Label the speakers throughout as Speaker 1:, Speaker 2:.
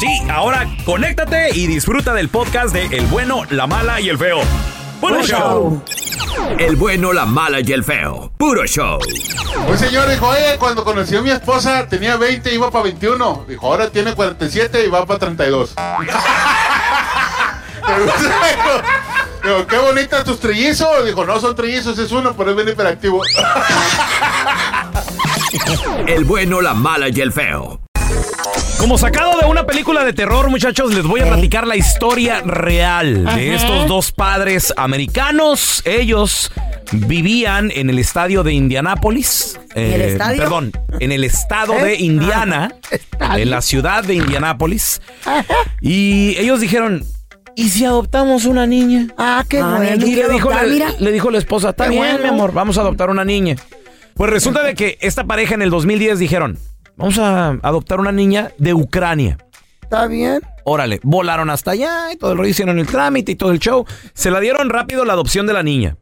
Speaker 1: Sí, ahora conéctate y disfruta del podcast de El bueno, la mala y el feo. Buen show.
Speaker 2: El bueno, la mala y el feo. Puro show.
Speaker 3: Un señor dijo, eh, cuando conoció a mi esposa tenía 20 iba para 21. Dijo, ahora tiene 47 y va para 32. Digo, qué bonitas tus trillizos. Dijo, no son trillizos, es uno, pero es bien hiperactivo.
Speaker 2: El bueno, la mala y el feo.
Speaker 1: Como sacado de una película de terror, muchachos, les
Speaker 4: Eh.
Speaker 1: voy a platicar la historia real de estos dos padres americanos. Ellos vivían en el estadio de Indianápolis.
Speaker 4: el
Speaker 1: eh,
Speaker 4: estadio? Ah,
Speaker 1: Perdón, en el estado de Indiana, en la ciudad de Indianápolis.
Speaker 4: Ah.
Speaker 1: Y ellos dijeron, ¿y si adoptamos una niña?
Speaker 4: Ah, qué
Speaker 1: Ah,
Speaker 4: bueno.
Speaker 1: y
Speaker 4: Yo
Speaker 1: le
Speaker 4: quiero
Speaker 1: dijo,
Speaker 4: adoptar,
Speaker 1: la,
Speaker 4: mira.
Speaker 1: le dijo la esposa, está
Speaker 4: Qué
Speaker 1: bien,
Speaker 4: bueno.
Speaker 1: mi amor, vamos a adoptar una niña. Pues resulta de que esta pareja en el 2010 dijeron, vamos a adoptar una niña de Ucrania.
Speaker 5: ¿Está bien?
Speaker 1: Órale, volaron hasta allá y todo el rollo, hicieron el trámite y todo el show. Se la dieron rápido la adopción de la niña.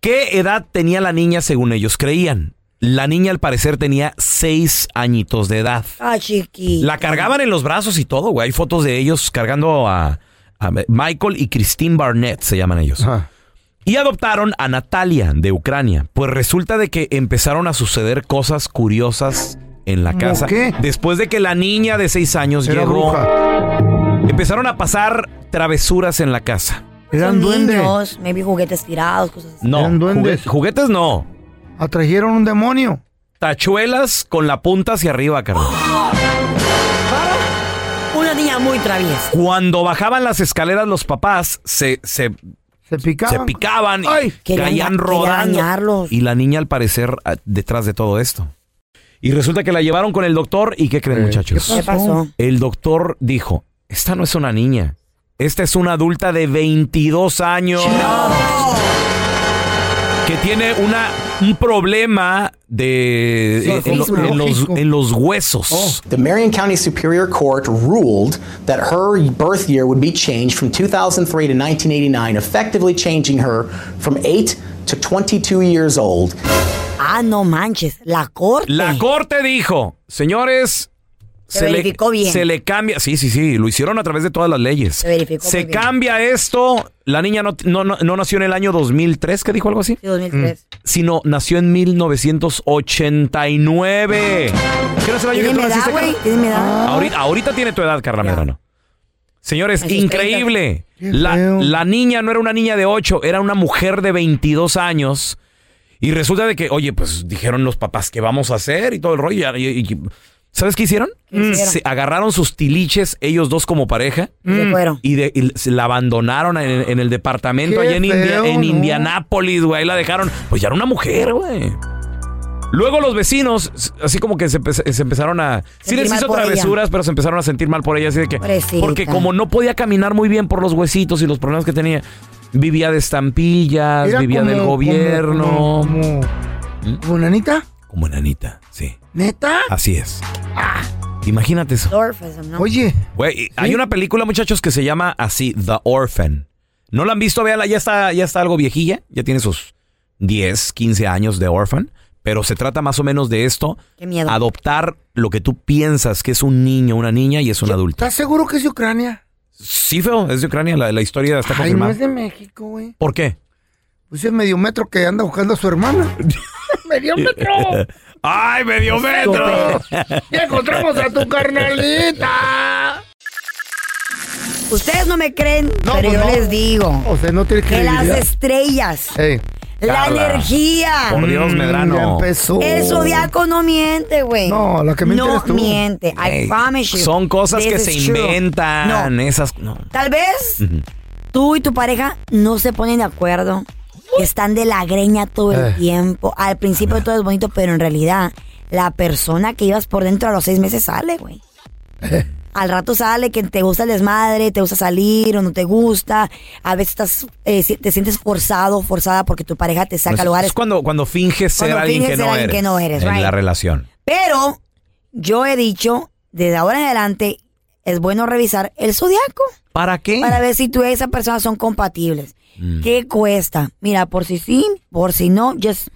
Speaker 1: ¿Qué edad tenía la niña según ellos creían? La niña al parecer tenía seis añitos de edad.
Speaker 4: Ah, chiqui.
Speaker 1: La cargaban en los brazos y todo, güey. Hay fotos de ellos cargando a, a Michael y Christine Barnett, se llaman ellos. Y adoptaron a Natalia de Ucrania. Pues resulta de que empezaron a suceder cosas curiosas en la casa.
Speaker 5: qué?
Speaker 1: Después de que la niña de seis años
Speaker 5: Era
Speaker 1: llegó,
Speaker 5: bruja.
Speaker 1: empezaron a pasar travesuras en la casa.
Speaker 5: Eran
Speaker 4: Son
Speaker 5: duendes.
Speaker 4: niños, maybe juguetes tirados, cosas así.
Speaker 1: No,
Speaker 5: Eran duendes.
Speaker 1: jugue- juguetes no.
Speaker 5: Atrajeron un demonio.
Speaker 1: Tachuelas con la punta hacia arriba, carnal.
Speaker 4: Una niña muy traviesa.
Speaker 1: Cuando bajaban las escaleras los papás, se- se
Speaker 5: Se picaban.
Speaker 1: se picaban y
Speaker 5: Ay.
Speaker 4: Querían
Speaker 1: caían
Speaker 4: da- querían
Speaker 1: rodando.
Speaker 4: dañarlos.
Speaker 1: Y la niña, al parecer, a- detrás de todo esto. Y resulta que la llevaron con el doctor. ¿Y qué
Speaker 5: Eh,
Speaker 1: creen, muchachos?
Speaker 4: ¿Qué pasó?
Speaker 1: El doctor dijo: Esta no es una niña. Esta es una adulta de 22 años. Que tiene una, un problema de, eh, en, lo- en los, en los huesos.
Speaker 6: Oh, The Marion County Superior Court ruled that her birth year would be changed from 2003 to 1989, effectively changing her from 8 to 22 years old.
Speaker 4: Ah, no manches. La corte.
Speaker 1: La corte dijo, señores,
Speaker 4: Se verificó
Speaker 1: le,
Speaker 4: bien.
Speaker 1: se le cambia, sí, sí, sí, lo hicieron a través de todas las leyes.
Speaker 4: Se verificó muy bien.
Speaker 1: cambia esto, la niña no, no- no- no nació en el año 2003, que dijo algo así, Mm.
Speaker 4: Sí, 2003.
Speaker 1: sino nació en 1989. ¿Qué no es el año que
Speaker 4: Tiene
Speaker 1: tú
Speaker 4: mi edad,
Speaker 1: naciste,
Speaker 4: güey.
Speaker 1: Carla?
Speaker 4: Tiene mi edad.
Speaker 1: Ahorita, ahorita tiene tu edad, Carla
Speaker 4: Ah. Ya.
Speaker 1: Medrano. Señores,
Speaker 4: A sus
Speaker 1: increíble.
Speaker 5: Qué
Speaker 1: La,
Speaker 5: feo.
Speaker 1: la niña no era una niña de 8, era una mujer de 22 años. Y resulta de que, oye, pues dijeron los papás, ¿qué vamos a hacer? Y todo el rollo. y- y- y- ¿Sabes qué hicieron?
Speaker 4: ¿Qué hicieron?
Speaker 1: Se agarraron sus tiliches, ellos dos como pareja,
Speaker 4: Y Se fueron.
Speaker 1: y, de- y se la abandonaron en, en el departamento
Speaker 5: Qué
Speaker 1: allá en, India-
Speaker 5: feo,
Speaker 1: en
Speaker 5: ¿no?
Speaker 1: Indianápolis, güey. Ahí la dejaron. Pues ya era una mujer, güey. Luego los vecinos, s- así como que se, empe- se empezaron a... Sí
Speaker 4: Sentir
Speaker 1: les
Speaker 4: mal
Speaker 1: hizo
Speaker 4: por ella.
Speaker 1: travesuras, pero se empezaron a sentir mal por ella. Así de que...
Speaker 4: Pobrecita.
Speaker 1: Porque como no podía caminar muy bien por los huesitos y los problemas que tenía, vivía de estampillas,
Speaker 5: Era
Speaker 1: vivía
Speaker 5: como-
Speaker 1: del
Speaker 5: como-
Speaker 1: gobierno. Como,
Speaker 5: Como, como, ¿Mm? como nanita.
Speaker 1: enanita, sí.
Speaker 5: ¿Neta? Ah.
Speaker 1: Así es. Imagínate eso.
Speaker 4: Dwarfism, ¿no?
Speaker 5: Oye,
Speaker 1: Güey, y hay una película, muchachos, que se llama así, The Orphan. ¿No la han visto? Véala, ya está, ya está algo viejilla, ya tiene sus 10, 15 años de Orphan, pero se trata más o menos de esto,
Speaker 4: Qué miedo.
Speaker 1: adoptar lo que tú piensas que es un niño, una niña y es un adulto.
Speaker 5: ¿estás seguro que es de Ucrania?
Speaker 1: Sí, feo, es de Ucrania, la, la historia está
Speaker 5: Ay, no
Speaker 1: confirmada.
Speaker 5: es de México, güey.
Speaker 1: ¿Por qué?
Speaker 5: Pues es medio metro que anda buscando a su hermana. medio metro.
Speaker 1: ¡Ay, medio metro!
Speaker 5: ¡Ya encontramos a tu carnalita!
Speaker 4: Ustedes no me creen,
Speaker 5: No,
Speaker 4: pero
Speaker 5: pues
Speaker 4: yo
Speaker 5: no.
Speaker 4: les digo
Speaker 5: O sea, no tiene
Speaker 4: que las
Speaker 5: credibilidad.
Speaker 4: estrellas,
Speaker 5: Ey.
Speaker 4: la
Speaker 1: Carla.
Speaker 4: energía,
Speaker 1: Por Dios,
Speaker 5: Mm, ya
Speaker 1: Medrano.
Speaker 5: empezó.
Speaker 4: el zodiaco no miente, güey.
Speaker 5: No, la que miente
Speaker 4: No
Speaker 5: eres tú.
Speaker 4: miente, I
Speaker 1: Ey,
Speaker 4: promise you.
Speaker 1: Son cosas
Speaker 4: This
Speaker 1: que
Speaker 4: is
Speaker 1: se
Speaker 4: true.
Speaker 1: inventan.
Speaker 4: No,
Speaker 1: Esas. No.
Speaker 4: Tal vez tú y tu pareja no se ponen de acuerdo. Están de la greña todo el
Speaker 5: Eh.
Speaker 4: tiempo. Al
Speaker 1: Eh.
Speaker 4: principio todo es bonito, pero en realidad la persona que ibas por dentro a los seis meses sale, güey.
Speaker 5: Eh.
Speaker 4: Al rato sale que te gusta el desmadre, te gusta salir o no te gusta. A veces estás, eh, si- te sientes forzado, forzada porque tu pareja te saca a lugares.
Speaker 1: Es cuando, cuando finges ser
Speaker 4: Cuando
Speaker 1: alguien,
Speaker 4: finges
Speaker 1: que,
Speaker 4: ser
Speaker 1: no
Speaker 4: alguien
Speaker 1: eres
Speaker 4: que no eres,
Speaker 1: En
Speaker 4: right.
Speaker 1: la relación.
Speaker 4: Pero yo he dicho, desde ahora en adelante, es bueno revisar el zodiaco.
Speaker 1: ¿Para qué? Mm.
Speaker 4: para ver si tú y esa persona son compatibles. ¿Qué cuesta? Mira, por si sí, por si no, just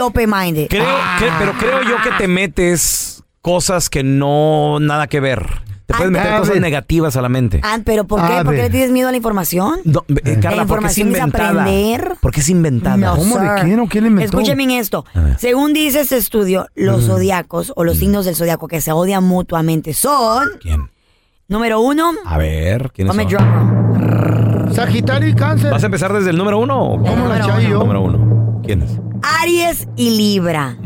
Speaker 4: open-minded.
Speaker 1: Creo, cre- pero creo yo que te metes cosas que no nada que ver. Te puedes
Speaker 4: Ah,
Speaker 1: meter
Speaker 5: a
Speaker 1: cosas
Speaker 5: ver.
Speaker 1: negativas a la mente.
Speaker 4: Ah, pero ¿por qué?
Speaker 5: A
Speaker 4: ¿Por qué
Speaker 5: ver.
Speaker 4: le tienes miedo a la información?
Speaker 1: No, eh, Carla,
Speaker 4: La
Speaker 1: porque es
Speaker 4: información es
Speaker 1: inventada.
Speaker 4: aprender.
Speaker 1: Porque es inventada.
Speaker 5: ¿Cómo? ¿De quién o quién le inventó?
Speaker 4: Escúcheme en esto.
Speaker 1: A ver. Mm.
Speaker 4: Según dice este estudio, los zodiacos o los signos del zodiaco que se odian mutuamente son,
Speaker 1: ¿Quién?
Speaker 4: número uno,
Speaker 1: A ver, ¿quién es?
Speaker 4: come drum roll.
Speaker 5: Sagitario y Cáncer.
Speaker 1: ¿Vas a empezar desde el número uno? o
Speaker 4: El
Speaker 1: cómo?
Speaker 4: número
Speaker 5: Chayo.
Speaker 4: uno.
Speaker 1: Número uno. ¿Quién es? Mm,
Speaker 4: Aries y Libra.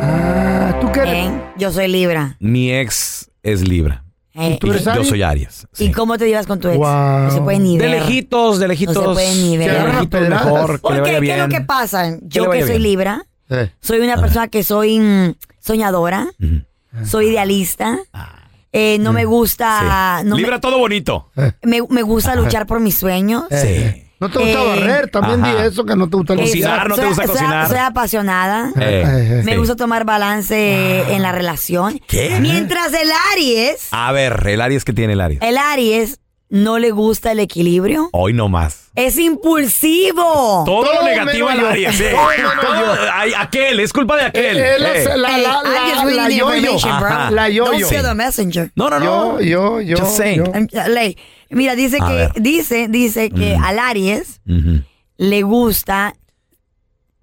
Speaker 5: Ah, ¿Tú qué? eres?
Speaker 4: ¿eh? Yo soy Libra.
Speaker 1: Mi ex es Libra.
Speaker 4: ¿eh?
Speaker 5: tú
Speaker 1: Y
Speaker 5: eres
Speaker 1: yo
Speaker 5: Aries?
Speaker 1: soy Aries.
Speaker 4: ¿Y
Speaker 1: sí.
Speaker 4: cómo te llevas con tu ex?
Speaker 5: Wow.
Speaker 4: No se puede ni
Speaker 1: De
Speaker 4: ver.
Speaker 1: lejitos, de lejitos.
Speaker 4: No se pueden ni ver.
Speaker 1: De
Speaker 4: Se agarran
Speaker 1: lejitos
Speaker 5: a pedradas.
Speaker 1: mejor, que le
Speaker 4: Porque,
Speaker 1: vaya
Speaker 4: ¿qué es lo
Speaker 1: bien.
Speaker 4: que pasa?
Speaker 1: Que le
Speaker 4: Yo que
Speaker 1: vaya
Speaker 4: soy
Speaker 1: bien.
Speaker 4: Libra,
Speaker 5: Eh.
Speaker 4: soy una persona que soy mm, soñadora, soy idealista, eh, no me gusta,
Speaker 1: Ah. Sí.
Speaker 4: Ah, no me- Eh.
Speaker 1: Libra todo bonito.
Speaker 4: me, me gusta luchar por mis sueños.
Speaker 1: Sí.
Speaker 5: No te gusta
Speaker 4: Eh,
Speaker 5: barrer, también di
Speaker 1: ajá.
Speaker 5: eso que no te gusta
Speaker 4: Eh,
Speaker 1: Cocinar,
Speaker 4: soy-
Speaker 1: no te
Speaker 4: soy-
Speaker 1: gusta
Speaker 4: soy-
Speaker 1: cocinar.
Speaker 4: Soy apasionada.
Speaker 5: Eh, eh,
Speaker 4: Me
Speaker 1: sí.
Speaker 4: gusta tomar balance en la relación.
Speaker 1: ¿Qué?
Speaker 4: Mientras el Aries,
Speaker 1: A ver, el Aries que tiene el Aries.
Speaker 4: el Aries no le gusta el equilibrio.
Speaker 1: Hoy no más.
Speaker 4: Es impulsivo.
Speaker 1: Todo,
Speaker 5: Todo
Speaker 1: lo negativo al
Speaker 5: menos yo.
Speaker 1: Aries. eh.
Speaker 5: Todo menos yo.
Speaker 1: Ay, aquel, es culpa de aquel.
Speaker 5: Él
Speaker 1: eh.
Speaker 5: es la,
Speaker 4: Hey,
Speaker 5: la,
Speaker 4: I'm just
Speaker 5: la,
Speaker 4: reading
Speaker 5: la
Speaker 4: the
Speaker 5: yo-yo.
Speaker 4: information, bro.
Speaker 1: Ajá.
Speaker 5: La
Speaker 4: Don't
Speaker 5: yo-yo.
Speaker 4: feel the messenger.
Speaker 1: No, no, no.
Speaker 5: Yo, yo, yo.
Speaker 1: Just saying.
Speaker 5: yo.
Speaker 4: I'm- uh, like, mira, dice
Speaker 1: A
Speaker 4: que,
Speaker 1: ver. Mm.
Speaker 4: dice, dice que al Aries
Speaker 1: Ujú.
Speaker 4: le gusta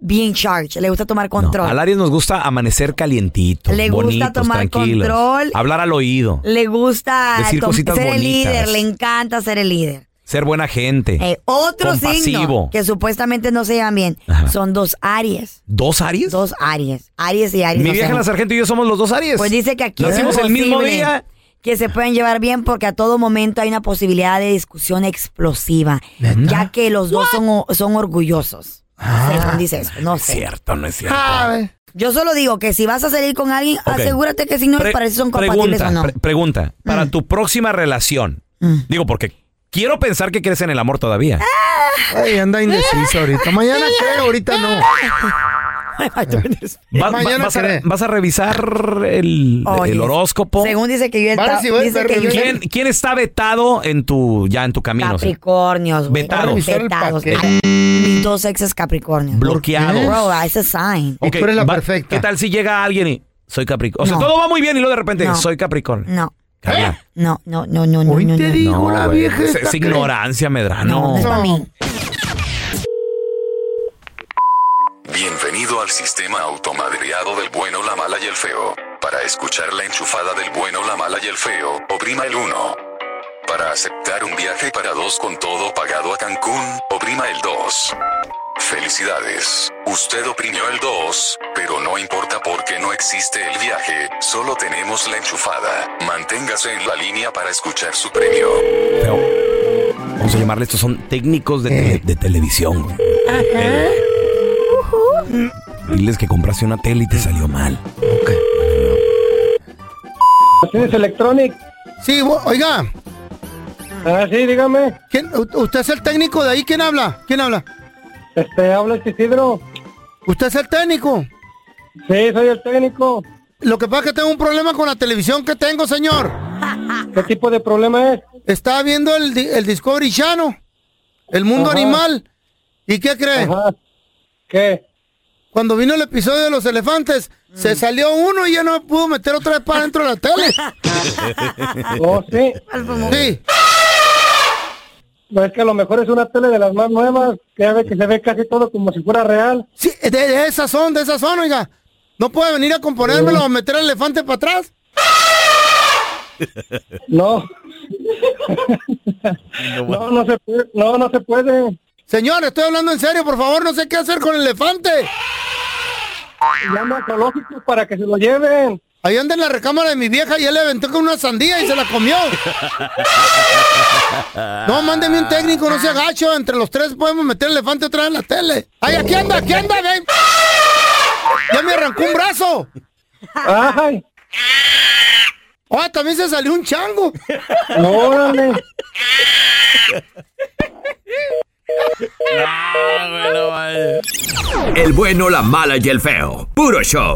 Speaker 4: being charged, le gusta tomar
Speaker 1: No,
Speaker 4: control.
Speaker 1: Al Aries nos gusta amanecer calientito.
Speaker 4: Oh. Le gusta
Speaker 1: bonitos,
Speaker 4: tomar
Speaker 1: tranquilos,
Speaker 4: control.
Speaker 1: Hablar al oído.
Speaker 4: Le gusta
Speaker 1: Decir
Speaker 4: tom- ser
Speaker 1: cositas
Speaker 4: el
Speaker 1: bonitas.
Speaker 4: líder, le encanta ser el líder.
Speaker 1: Ser buena gente.
Speaker 4: Eh, otro signo
Speaker 1: Compasivo.
Speaker 4: que supuestamente no se llevan bien
Speaker 1: Ajá.
Speaker 4: son dos Aries.
Speaker 1: ¿Dos Aries?
Speaker 4: Dos Aries. Aries y Aries.
Speaker 1: Mi
Speaker 4: no se
Speaker 1: vieja la
Speaker 4: llevan.
Speaker 1: sargento y yo somos los dos Aries.
Speaker 4: Pues dice que aquí es
Speaker 1: Nacimos el mismo
Speaker 4: posible
Speaker 1: día.
Speaker 4: Que se pueden llevar bien porque a todo momento hay una posibilidad de discusión explosiva. Ya que los dos son, o- son orgullosos. Según dice eso, no sé.
Speaker 1: Ah. Cierto, no es cierto.
Speaker 5: Ah, eh.
Speaker 4: Yo solo digo que si vas a salir con alguien,
Speaker 1: Ok.
Speaker 4: asegúrate que si no
Speaker 1: Pre-
Speaker 4: les parece son compatibles
Speaker 1: pregunta,
Speaker 4: o no. Mm.
Speaker 1: pre- pregunta, para tu próxima relación. Digo, porque quiero pensar que crees en el amor todavía.
Speaker 4: Ah.
Speaker 5: Ay, anda indecisa ahorita. Mañana creo, ahorita no.
Speaker 1: Va- va-
Speaker 5: mañana
Speaker 1: vas, a,
Speaker 5: seré.
Speaker 1: vas a revisar el,
Speaker 4: Oye,
Speaker 1: el horóscopo.
Speaker 4: Según dice que yo he
Speaker 5: Vale,
Speaker 4: estado-
Speaker 5: si voy a
Speaker 4: dice
Speaker 5: estar
Speaker 4: que yo he-
Speaker 1: ¿Quién, quién está vetado en tu, ya en tu camino? O sea,
Speaker 4: Capricornios, güey.
Speaker 1: Vetado. Voy a
Speaker 5: revisar el
Speaker 4: Vetados.
Speaker 5: paquete.
Speaker 4: Ay, Mis dos exes Capricornios.
Speaker 1: Bloqueados.
Speaker 4: Bro, it's a sign.
Speaker 5: Y
Speaker 1: Ok,
Speaker 5: tú eres la
Speaker 1: va-
Speaker 5: perfecta.
Speaker 1: ¿Qué tal si llega alguien y soy Capricornio? O sea,
Speaker 4: No.
Speaker 1: todo va muy bien y luego de repente
Speaker 4: No.
Speaker 1: soy Capricornio.
Speaker 4: No,
Speaker 1: Carla,
Speaker 4: no, no, no, no, no.
Speaker 5: Hoy
Speaker 4: no,
Speaker 5: te
Speaker 4: no.
Speaker 5: digo la
Speaker 1: No, güey,
Speaker 5: vieja.
Speaker 1: es,
Speaker 5: esta
Speaker 1: es
Speaker 5: que-
Speaker 1: ignorancia, Medrano.
Speaker 4: No, no es para mí.
Speaker 7: Bienvenido al sistema automadreado del bueno, la mala y el feo. Para escuchar la enchufada del bueno, la mala y el feo, oprima el 1. Para aceptar un viaje para dos con todo pagado a Cancún, oprima el 2. Felicidades, usted oprimió el 2, pero no importa porque no existe el viaje, solo tenemos la enchufada. Manténgase en la línea para escuchar su premio.
Speaker 1: Feo. Vamos a llamarle, estos son técnicos de,
Speaker 5: Eh.
Speaker 1: tele- de televisión. güey. Eh, Diles que compraste una tele y te salió mal.
Speaker 8: Electronic.
Speaker 5: Sí, bo- oiga.
Speaker 8: Ah, sí, dígame.
Speaker 5: ¿quién- u- ¿Usted es el técnico de ahí? ¿Quién habla? ¿Quién habla?
Speaker 8: Este, habla este Isidro.
Speaker 5: ¿Usted es el técnico?
Speaker 8: Sí, soy el técnico.
Speaker 5: Lo que pasa es que tengo un problema con la televisión que tengo, señor.
Speaker 8: ¿Qué tipo de problema es?
Speaker 5: Estaba viendo el, di- el Discovery Channel, el mundo
Speaker 8: Ajá.
Speaker 5: animal. ¿Y qué cree?
Speaker 8: Ajá. ¿Qué?
Speaker 5: Cuando vino el episodio de los elefantes, se salió uno y ya no me pudo meter otra vez para dentro de la tele.
Speaker 8: Oh, sí.
Speaker 5: Sí.
Speaker 8: No, Es que a lo mejor es una tele de las más nuevas, que ya ve que se ve casi todo como si fuera real.
Speaker 5: Sí, de, de esa zona, de esa zona, oiga. ¿No puede venir a componérmelo o meter al elefante para atrás?
Speaker 8: No. No, no se puede. No, no se puede.
Speaker 5: Señor, estoy hablando en serio, por favor, no sé qué hacer con el elefante.
Speaker 8: Llama a zoológicos para que se lo lleven.
Speaker 5: Ahí anda en la recámara de mi vieja y él le aventó con una sandía y se la comió. No, mándeme un técnico, no se agacho. Entre los tres podemos meter el elefante otra vez en la tele. ¡Ay, aquí anda, aquí anda, ven! ¡Ya me arrancó un brazo!
Speaker 8: ¡Ay!
Speaker 5: ¡Ah, también se salió un chango!
Speaker 8: ¡Órale!
Speaker 2: El bueno, la mala y el feo. Puro show.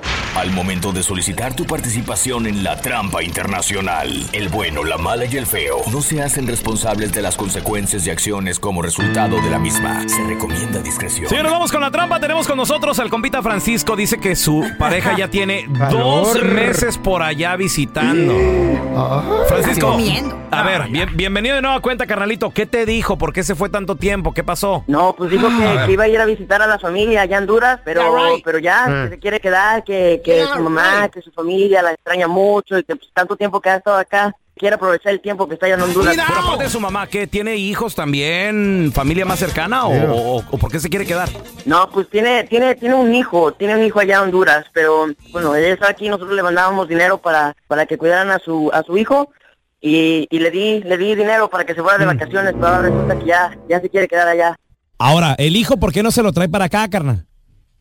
Speaker 9: Al momento de solicitar tu participación en la trampa internacional, el bueno, la mala y el feo no se hacen responsables de las consecuencias y acciones como resultado de la misma. Se recomienda discreción.
Speaker 1: Señores, vamos con la trampa. Tenemos con nosotros al compita Francisco. Dice que su pareja ya tiene dos
Speaker 5: Calor.
Speaker 1: meses por allá visitando.
Speaker 5: Ah.
Speaker 1: Francisco, a ver, bien- bienvenido de nueva cuenta, carnalito. ¿Qué te dijo? ¿Por qué se fue tanto tiempo? ¿Qué pasó?
Speaker 10: No, pues dijo
Speaker 1: A
Speaker 10: que,
Speaker 1: ver.
Speaker 10: que iba a ir a visitar a la familia allá en Honduras, pero,
Speaker 1: Yeah, right.
Speaker 10: pero ya
Speaker 1: Mm.
Speaker 5: Ah.
Speaker 10: que se quiere quedar, que, que
Speaker 1: Yeah,
Speaker 10: su mamá,
Speaker 1: right.
Speaker 10: que su familia la extraña mucho y que pues, tanto tiempo que ha estado acá, quiere aprovechar el tiempo que está allá en Honduras. pues,
Speaker 1: Pero aparte de su mamá, ¿qué? ¿Tiene hijos también? ¿Familia más cercana? ¿O, o- o por qué se quiere quedar?
Speaker 10: No, pues tiene, tiene, tiene un hijo, tiene un hijo allá en Honduras, pero bueno, ella estaba aquí, nosotros le mandábamos dinero para, para que cuidaran a su, a su hijo y, y le di, le di dinero para que se fuera de
Speaker 5: Mm.
Speaker 10: vacaciones, pero ahora resulta que ya, ya se quiere quedar allá.
Speaker 1: Ahora, ¿el hijo por qué no se lo trae para acá, carnal?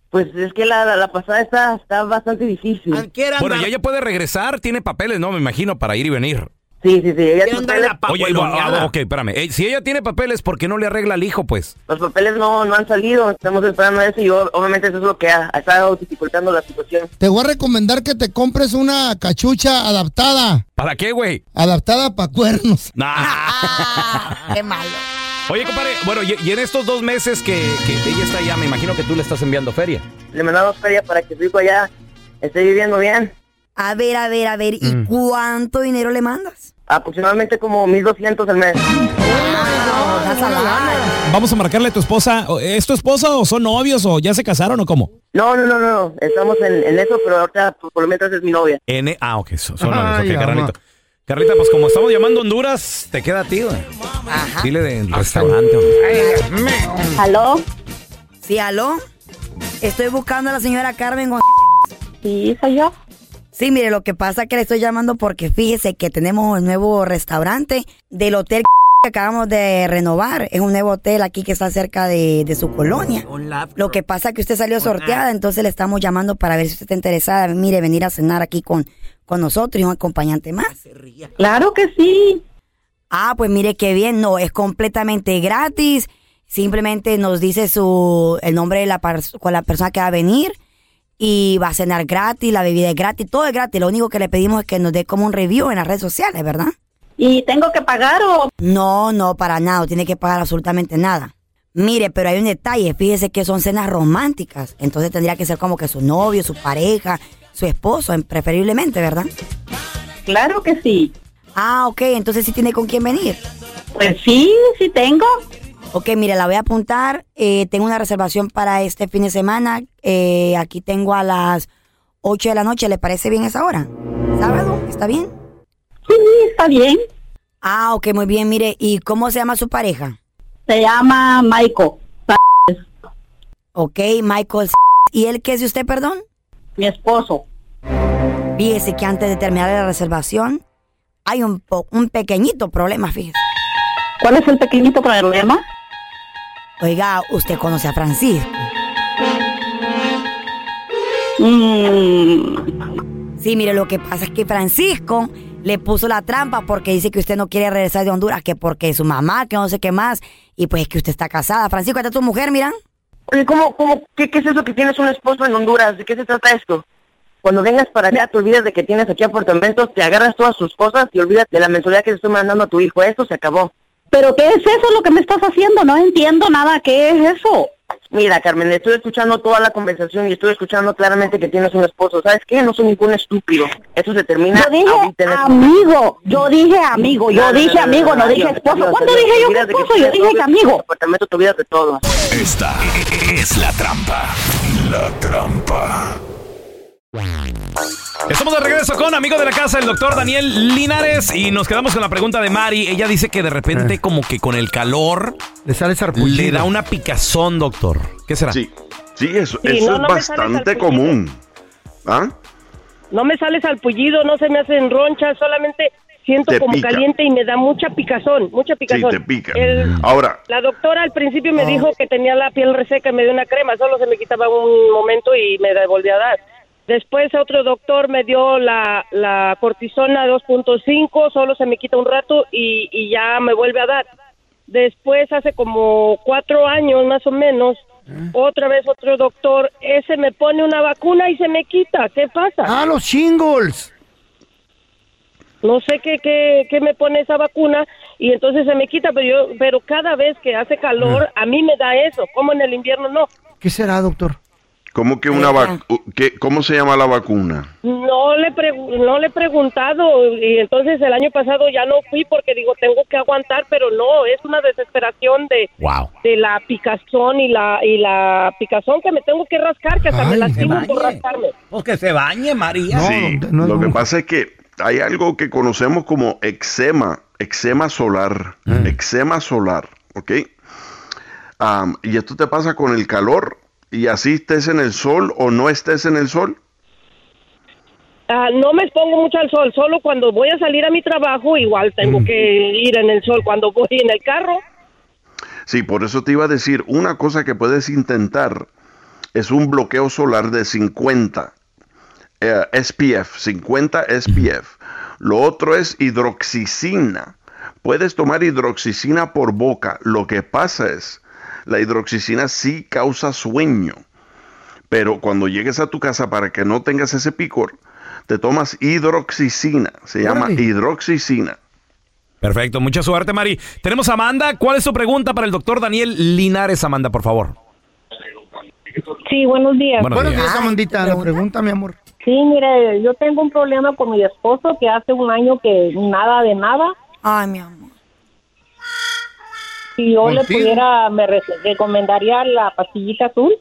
Speaker 10: Pues es que la, la, la pasada está, está bastante difícil.
Speaker 1: Bueno, ya ella puede regresar, tiene papeles, ¿no? Me imagino, para ir y venir.
Speaker 10: Sí, sí, sí. Ella tiene papeles.
Speaker 1: Oye, y va- ah, ok, espérame. Eh, si ella tiene papeles, ¿por qué no le arregla al hijo, pues?
Speaker 10: Los papeles no, no han salido, estamos esperando eso y yo- obviamente eso es lo que ha, ha estado dificultando la situación.
Speaker 5: Te voy a recomendar que te compres una cachucha adaptada.
Speaker 1: ¿Para qué, güey?
Speaker 5: Adaptada para cuernos.
Speaker 4: Ah, Qué malo.
Speaker 1: Ah. Oye, compadre, bueno, y, y en estos dos meses que, que ella está allá, me imagino que tú le estás enviando feria.
Speaker 10: Le mandamos feria para que su hijo allá esté viviendo bien,
Speaker 4: A ver, a ver, a ver, ¿y cuánto dinero le mandas?
Speaker 10: aproximadamente como 1200 al mes.
Speaker 11: Vamos a marcarle a tu esposa. ¿Es tu esposa o son novios o ya se casaron o cómo?
Speaker 10: No, no, no, no, estamos en, en eso, pero ahorita por, por lo mientras es mi novia.
Speaker 1: N ah, ok, so- son
Speaker 10: Ay,
Speaker 1: novios, ok,
Speaker 10: ama.
Speaker 1: carnalito. Carlita, pues como estamos llamando a Honduras, te queda a ti, güey. Dile de restaurante.
Speaker 4: ¿Aló? Sí, aló. Estoy buscando a la señora Carmen González. Sí, soy yo. Sí, mire, lo que pasa es que le estoy llamando porque fíjese que tenemos el nuevo restaurante del hotel que acabamos de renovar. Es un nuevo hotel aquí que está cerca de, de su colonia. Lo que pasa es que usted salió sorteada, entonces le estamos llamando para ver si usted está interesada. Mire, venir a cenar aquí con, con nosotros y un acompañante más. Claro que sí. Ah, pues mire qué bien. No, es completamente gratis. Simplemente nos dice su el nombre de la, pers- con la persona que va a venir y va a cenar gratis, la bebida es gratis, todo es gratis. Lo único que le pedimos es que nos dé como un review en las redes sociales, ¿verdad? ¿Y tengo que pagar o...? No, no, para nada, no tiene que pagar absolutamente nada. Mire, pero hay un detalle, fíjese que son cenas románticas, entonces tendría que ser como que su novio, su pareja, su esposo, en- preferiblemente, ¿verdad? Claro que sí. Ah, ok, entonces sí tiene con quién venir. Pues sí, sí tengo. Ok, mire, la voy a apuntar. Eh, tengo una reservación para este fin de semana. Eh, aquí tengo a las 8 de la noche. ¿Le parece bien esa hora? ¿Sábado? ¿Está bien? Sí, está bien. Ah, ok, muy bien. Mire, ¿y cómo se llama su pareja? Se llama Michael. Ok, Michael. ¿Y él qué es de usted, perdón? Mi esposo. Fíjese que antes de terminar la reservación hay un, po- un pequeñito problema, fíjese. ¿Cuál es el pequeñito problema? Oiga, usted conoce a Francisco. Mm. Sí, mire, lo que pasa es que Francisco le puso la trampa porque dice que usted no quiere regresar de Honduras, que porque su mamá, que no sé qué más, y pues que usted está casada. Francisco, ¿está tu mujer, mira?
Speaker 10: Oye, ¿cómo, cómo, qué, qué es eso que tienes un esposo en Honduras? ¿De qué se trata esto? Cuando vengas para allá, te olvidas de que tienes aquí apartamentos, te agarras todas sus cosas y olvidas de la mensualidad que te estoy mandando a tu hijo. Esto se acabó.
Speaker 12: ¿Pero qué es eso lo que me estás haciendo? No entiendo nada. ¿Qué es eso?
Speaker 10: Mira, Carmen, estoy escuchando toda la conversación y estoy escuchando claramente que tienes un esposo. ¿Sabes qué? No soy ningún estúpido. Eso se termina
Speaker 12: Yo dije
Speaker 10: ahorita en este
Speaker 13: Ah,
Speaker 12: Amigo, yo dije amigo, yo dije amigo, no dije esposo. ¿Cuándo dije yo que esposo? Yo dije que amigo.
Speaker 10: Apartamento, tu vida de todo.
Speaker 9: Esta es la trampa. La
Speaker 7: la trampa.
Speaker 1: Estamos de regreso con amigo de la casa, el doctor Daniel Linares, y nos quedamos con la pregunta de Mari. Ella dice que de repente, como que con el calor,
Speaker 5: Ah. le sale
Speaker 1: Le da una picazón, doctor. ¿Qué será?
Speaker 14: Sí, sí eso,
Speaker 1: Sí,
Speaker 14: eso
Speaker 1: no,
Speaker 14: es
Speaker 1: no me sale
Speaker 14: bastante
Speaker 1: salpullido.
Speaker 14: común. ¿Ah?
Speaker 15: No me sale salpullido, no se me hacen ronchas, solamente siento
Speaker 14: Te
Speaker 15: como
Speaker 14: pica.
Speaker 15: caliente y me da mucha picazón, mucha picazón.
Speaker 14: Sí, te pica.
Speaker 15: El-
Speaker 14: Ahora,
Speaker 15: La doctora al principio me
Speaker 14: Ah.
Speaker 15: dijo que tenía la piel reseca y me dio una crema, solo se me quitaba un momento y me la volví a dar. Después otro doctor me dio la, la cortisona 2.5, solo se me quita un rato y, y ya me vuelve a dar. Después, hace como cuatro años más o menos, otra vez otro doctor, ese me pone una vacuna y se me quita. ¿Qué pasa?
Speaker 5: Ah, los shingles.
Speaker 15: No sé qué, qué, qué me pone esa vacuna y entonces se me quita, pero yo, pero cada vez que hace calor, a mí me da eso. Como en el invierno no.
Speaker 5: ¿Qué será, doctor?
Speaker 14: ¿cómo que una
Speaker 15: Ajá.
Speaker 14: vacu- qué- ¿Cómo se llama la vacuna?
Speaker 15: No le, pregu- no le he preguntado y entonces el año pasado ya no fui porque digo, tengo que aguantar, pero no, es una desesperación de,
Speaker 1: Wow.
Speaker 15: de la picazón y la, y la picazón que me tengo que rascar, que hasta me
Speaker 1: Ay,
Speaker 15: lastimo
Speaker 1: se
Speaker 15: por
Speaker 1: bañe.
Speaker 15: rascarme.
Speaker 1: Pues que se bañe, María.
Speaker 14: sí, lo que pasa es que hay algo que conocemos como eczema, eczema solar, eczema solar, ¿ok? Am, y esto te pasa con el calor y así estés en el sol o no estés en el sol.
Speaker 15: Ah, no me expongo mucho al sol, solo cuando voy a salir a mi trabajo, igual tengo que ir en el sol. Cuando voy en el carro,
Speaker 14: Sí, por eso te iba a decir, una cosa que puedes intentar es un bloqueo solar de 50 eh, SPF, 50 SPF. Lo otro es hidroxicina. Puedes tomar hidroxicina por boca. Lo que pasa es, la hidroxicina sí causa sueño, pero cuando llegues a tu casa para que no tengas ese picor, te tomas hidroxicina. Se llama
Speaker 1: Órale.
Speaker 14: hidroxicina.
Speaker 1: Perfecto, mucha suerte, Mari. Tenemos a Amanda. ¿Cuál es tu pregunta para el doctor Daniel Linares, Amanda, por favor?
Speaker 13: Sí, buenos días.
Speaker 1: Buenos Buenos días. días,
Speaker 5: Amandita. La pregunta, mi amor.
Speaker 13: Sí, mire, yo tengo un problema con mi esposo que hace un año que nada de nada.
Speaker 4: Ay, mi amor.
Speaker 13: Si yo le
Speaker 14: Contigo.
Speaker 13: pudiera, me re- recomendaría la pastillita azul.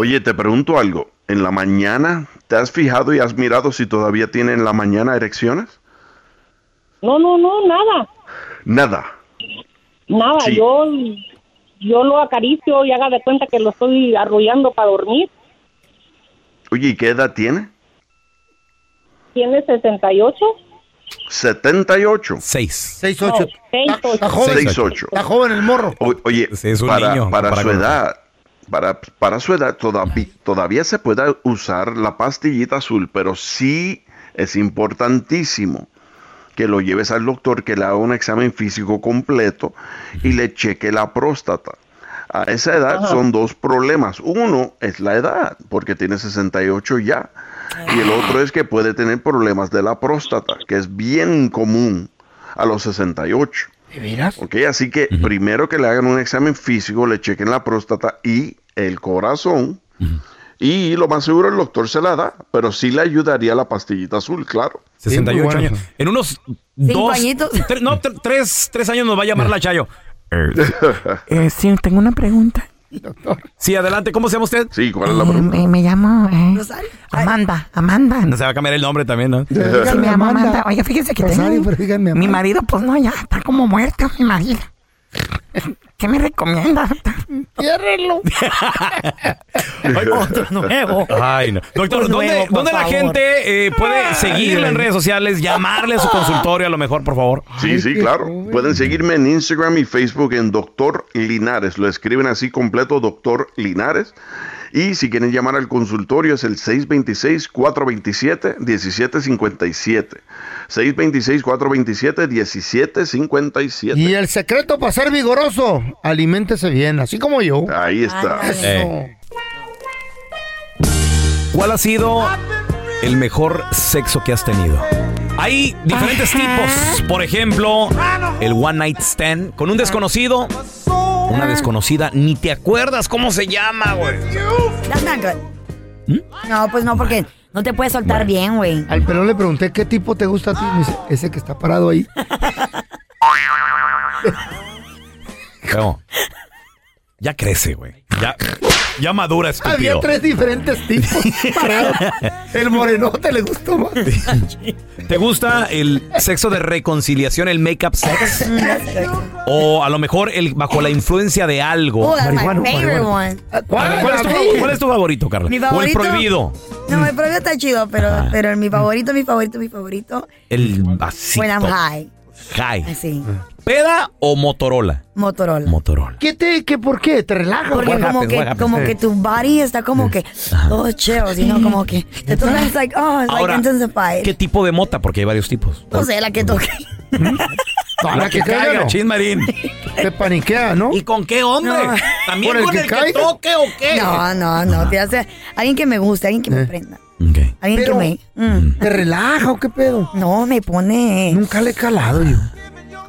Speaker 14: Oye, te pregunto algo. ¿En la mañana te has fijado y has mirado si todavía tiene en la mañana erecciones?
Speaker 13: No, no, no, nada,
Speaker 14: Nada.
Speaker 13: nada.
Speaker 14: Sí.
Speaker 13: Yo, yo lo acaricio y haga de cuenta que lo estoy arrullando para dormir.
Speaker 14: Oye, ¿y qué edad tiene?
Speaker 13: Tiene 68.
Speaker 14: 78.
Speaker 1: 6.
Speaker 5: 6, 8. Está joven.
Speaker 14: 6, 8.
Speaker 5: Está joven el morro.
Speaker 14: oye,
Speaker 1: es un
Speaker 14: para,
Speaker 1: niño,
Speaker 14: para
Speaker 1: para
Speaker 14: su
Speaker 1: con-
Speaker 14: edad, para, para su edad todavía, todavía se puede usar la pastillita azul, pero sí es importantísimo que lo lleves al doctor, que le haga un examen físico completo y le cheque la próstata. A esa edad
Speaker 16: Ajá.
Speaker 14: son dos problemas. Uno es la edad, porque tiene 68 ya. Y el otro es que puede tener problemas de la próstata, que es bien común a los 68.
Speaker 5: ¿De veras?
Speaker 14: Ok, así que primero que le hagan un examen físico, le chequen la próstata y el corazón. Y lo más seguro el doctor se la da, pero sí le ayudaría la pastillita azul, claro.
Speaker 1: 68 años. En unos dos. tre- no, tre- tres, tres años nos va a llamar la Chayo.
Speaker 12: Eh, sí, tengo una pregunta.
Speaker 1: Sí, adelante. ¿Cómo se llama usted?
Speaker 14: Sí, ¿cuál
Speaker 1: Eh,
Speaker 12: eh, me, llamo Amanda, Amanda.
Speaker 1: No se va a cambiar el nombre también, ¿no?
Speaker 12: Sí, me llamo Amanda. Oye, fíjese que
Speaker 5: Rosario,
Speaker 12: tengo-
Speaker 5: pero díganme,
Speaker 12: mi
Speaker 5: Amanda.
Speaker 12: marido, pues no, ya está como muerto, mi marido. ¿Qué me recomienda?
Speaker 5: Ciérrenlo.
Speaker 1: Otro nuevo. Ay, no. Doctor,
Speaker 12: Otro
Speaker 1: ¿dónde,
Speaker 12: nuevo, por
Speaker 1: dónde la
Speaker 12: favor.
Speaker 1: gente eh, puede seguirle en
Speaker 14: ay.
Speaker 1: redes sociales, llamarle a su consultorio a lo mejor, por favor?
Speaker 14: Sí, sí, claro. Pueden seguirme en Instagram y Facebook en Doctor Linares. Lo escriben así completo, Doctor Linares. Y si quieren llamar al consultorio es el 626-427-1757. 626-427-1757.
Speaker 5: Y el secreto para ser vigoroso, aliméntese bien, así como yo.
Speaker 14: Ahí está.
Speaker 5: Eso.
Speaker 1: Eh. ¿Cuál ha sido el mejor sexo que has tenido? Hay diferentes tipos. Por ejemplo, el one night stand con un desconocido, una desconocida, ni te acuerdas cómo se llama, güey.
Speaker 4: That's not good.
Speaker 1: ¿Mm?
Speaker 4: No, pues no, porque no te puedes soltar bien, güey.
Speaker 5: Al pelón le pregunté qué tipo te gusta a ti. Me dice, ese que está parado ahí.
Speaker 1: Feo. Ya crece, güey. Ya, ya madura,
Speaker 5: Había
Speaker 1: estúpido.
Speaker 5: tres diferentes tipos. parados. El morenote le gustó más.
Speaker 1: ¿Te gusta el sexo de reconciliación, el make-up sex? O a lo mejor el bajo la influencia de algo.
Speaker 4: Oh, that's my favorite one.
Speaker 1: A ver, ¿cuál, es tu, fav- cuál es tu favorito, Carla?
Speaker 4: Mi
Speaker 1: O el
Speaker 4: favorito.
Speaker 1: prohibido. Mm.
Speaker 4: No, el propio está chido, pero,
Speaker 1: Ah.
Speaker 4: pero mi favorito, mi favorito, mi favorito.
Speaker 1: El vasito.
Speaker 4: When I'm high.
Speaker 1: High.
Speaker 4: Así.
Speaker 1: ¿Peda o Motorola?
Speaker 4: Motorola.
Speaker 1: Motorola.
Speaker 5: ¿Qué te, qué, por qué? ¿Te relajas?
Speaker 4: Porque
Speaker 1: What
Speaker 4: como
Speaker 1: happens,
Speaker 4: que,
Speaker 1: what happens?
Speaker 4: como
Speaker 1: Sí.
Speaker 4: que tu body está como que todo cheo, sino como que. Entonces it's like, oh, it's
Speaker 1: Ahora,
Speaker 4: like intensified.
Speaker 1: ¿Qué tipo de mota? Porque hay varios tipos.
Speaker 4: No sé, la que toque.
Speaker 1: La que
Speaker 5: caiga,
Speaker 1: caiga,
Speaker 5: ¿no?
Speaker 1: chin marín.
Speaker 5: Te paniquea, ¿no? ¿Y
Speaker 1: con qué hombre?
Speaker 4: No.
Speaker 1: ¿También ¿Con el con que el que caiga? toque o qué?
Speaker 4: No, no, no. Te hace alguien que me guste, alguien que
Speaker 1: Eh.
Speaker 4: me prenda. Alguien
Speaker 5: Pero,
Speaker 4: que me. mm.
Speaker 5: ¿Te relaja o qué pedo?
Speaker 4: No, me pone.
Speaker 5: Nunca le he calado yo.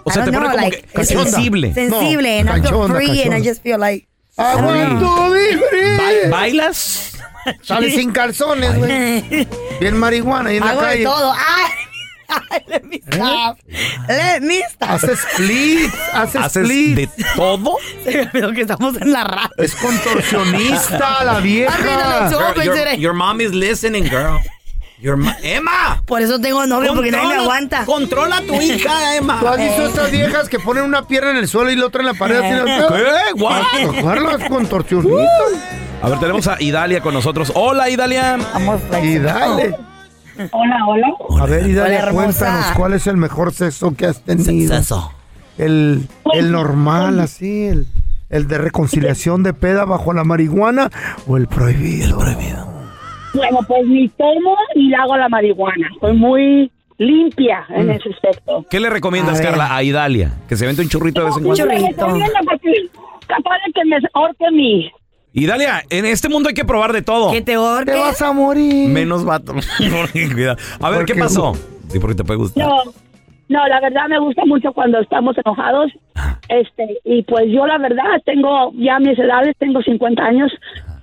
Speaker 1: O sea,
Speaker 4: I
Speaker 1: te
Speaker 4: don't
Speaker 1: pone como
Speaker 4: like,
Speaker 1: que
Speaker 4: es-
Speaker 1: sensible.
Speaker 4: Sensible, and I feel
Speaker 5: cachonda,
Speaker 4: free, and I
Speaker 5: cachonda.
Speaker 4: just feel like.
Speaker 5: ¡Aguanto de frío!
Speaker 1: ¿Bailas?
Speaker 5: Sale sin calzones, güey. Bien marihuana y en
Speaker 4: Hago
Speaker 5: la
Speaker 4: de
Speaker 5: calle.
Speaker 4: todo. ¡Ay! Let me stop. Let me stop.
Speaker 5: Haces split, haces,
Speaker 1: ¿Haces
Speaker 5: split.
Speaker 1: de todo?
Speaker 4: Se me olvidó que estamos en la radio.
Speaker 5: Es contorsionista la
Speaker 4: I mean,
Speaker 5: vieja.
Speaker 4: no, no, no. Girl, your- your
Speaker 1: mom is listening, girl. Your ¡Emma!
Speaker 4: Por eso tengo novio, porque nadie me
Speaker 1: Controla-
Speaker 4: aguanta.
Speaker 1: Controla tu hija, Emma.
Speaker 5: ¿Tú has visto estas viejas que ponen una pierna en el suelo y la otra en la pared? así, ¿no? Uh.
Speaker 1: ¿Qué? ¿What?
Speaker 5: Carlos contorsionistas.
Speaker 1: A ver, tenemos a Idalia con nosotros. Hola, Idalia.
Speaker 5: Y dale.
Speaker 13: Hola, hola.
Speaker 5: A ver, y dale,
Speaker 4: Hola, hermosa.
Speaker 5: cuéntanos cuál es el mejor sexo que has tenido.
Speaker 1: Sexo.
Speaker 5: El, el normal, así, el, el de reconciliación de peda bajo la marihuana o el prohibido.
Speaker 13: Bueno, pues ni tomo ni la hago la marihuana. Soy muy limpia
Speaker 4: Mm.
Speaker 13: en ese aspecto.
Speaker 1: ¿Qué le recomiendas,
Speaker 13: A ver.
Speaker 1: Carla, a Idalia? Que se vente un churrito de vez en
Speaker 13: No,
Speaker 1: cuando.
Speaker 13: me estoy viendo porque capaz de que me ahorque mi...
Speaker 1: Idalia, en este mundo hay que probar de todo.
Speaker 4: Que te orque.
Speaker 5: Te vas a morir.
Speaker 1: Menos vato. Cuidado. a ver,
Speaker 5: Porque-
Speaker 1: ¿qué pasó? Sí, porque te puede gustar.
Speaker 13: No, no, la verdad me gusta mucho cuando estamos enojados. Este, y pues yo la verdad tengo ya mis edades, tengo 50 años,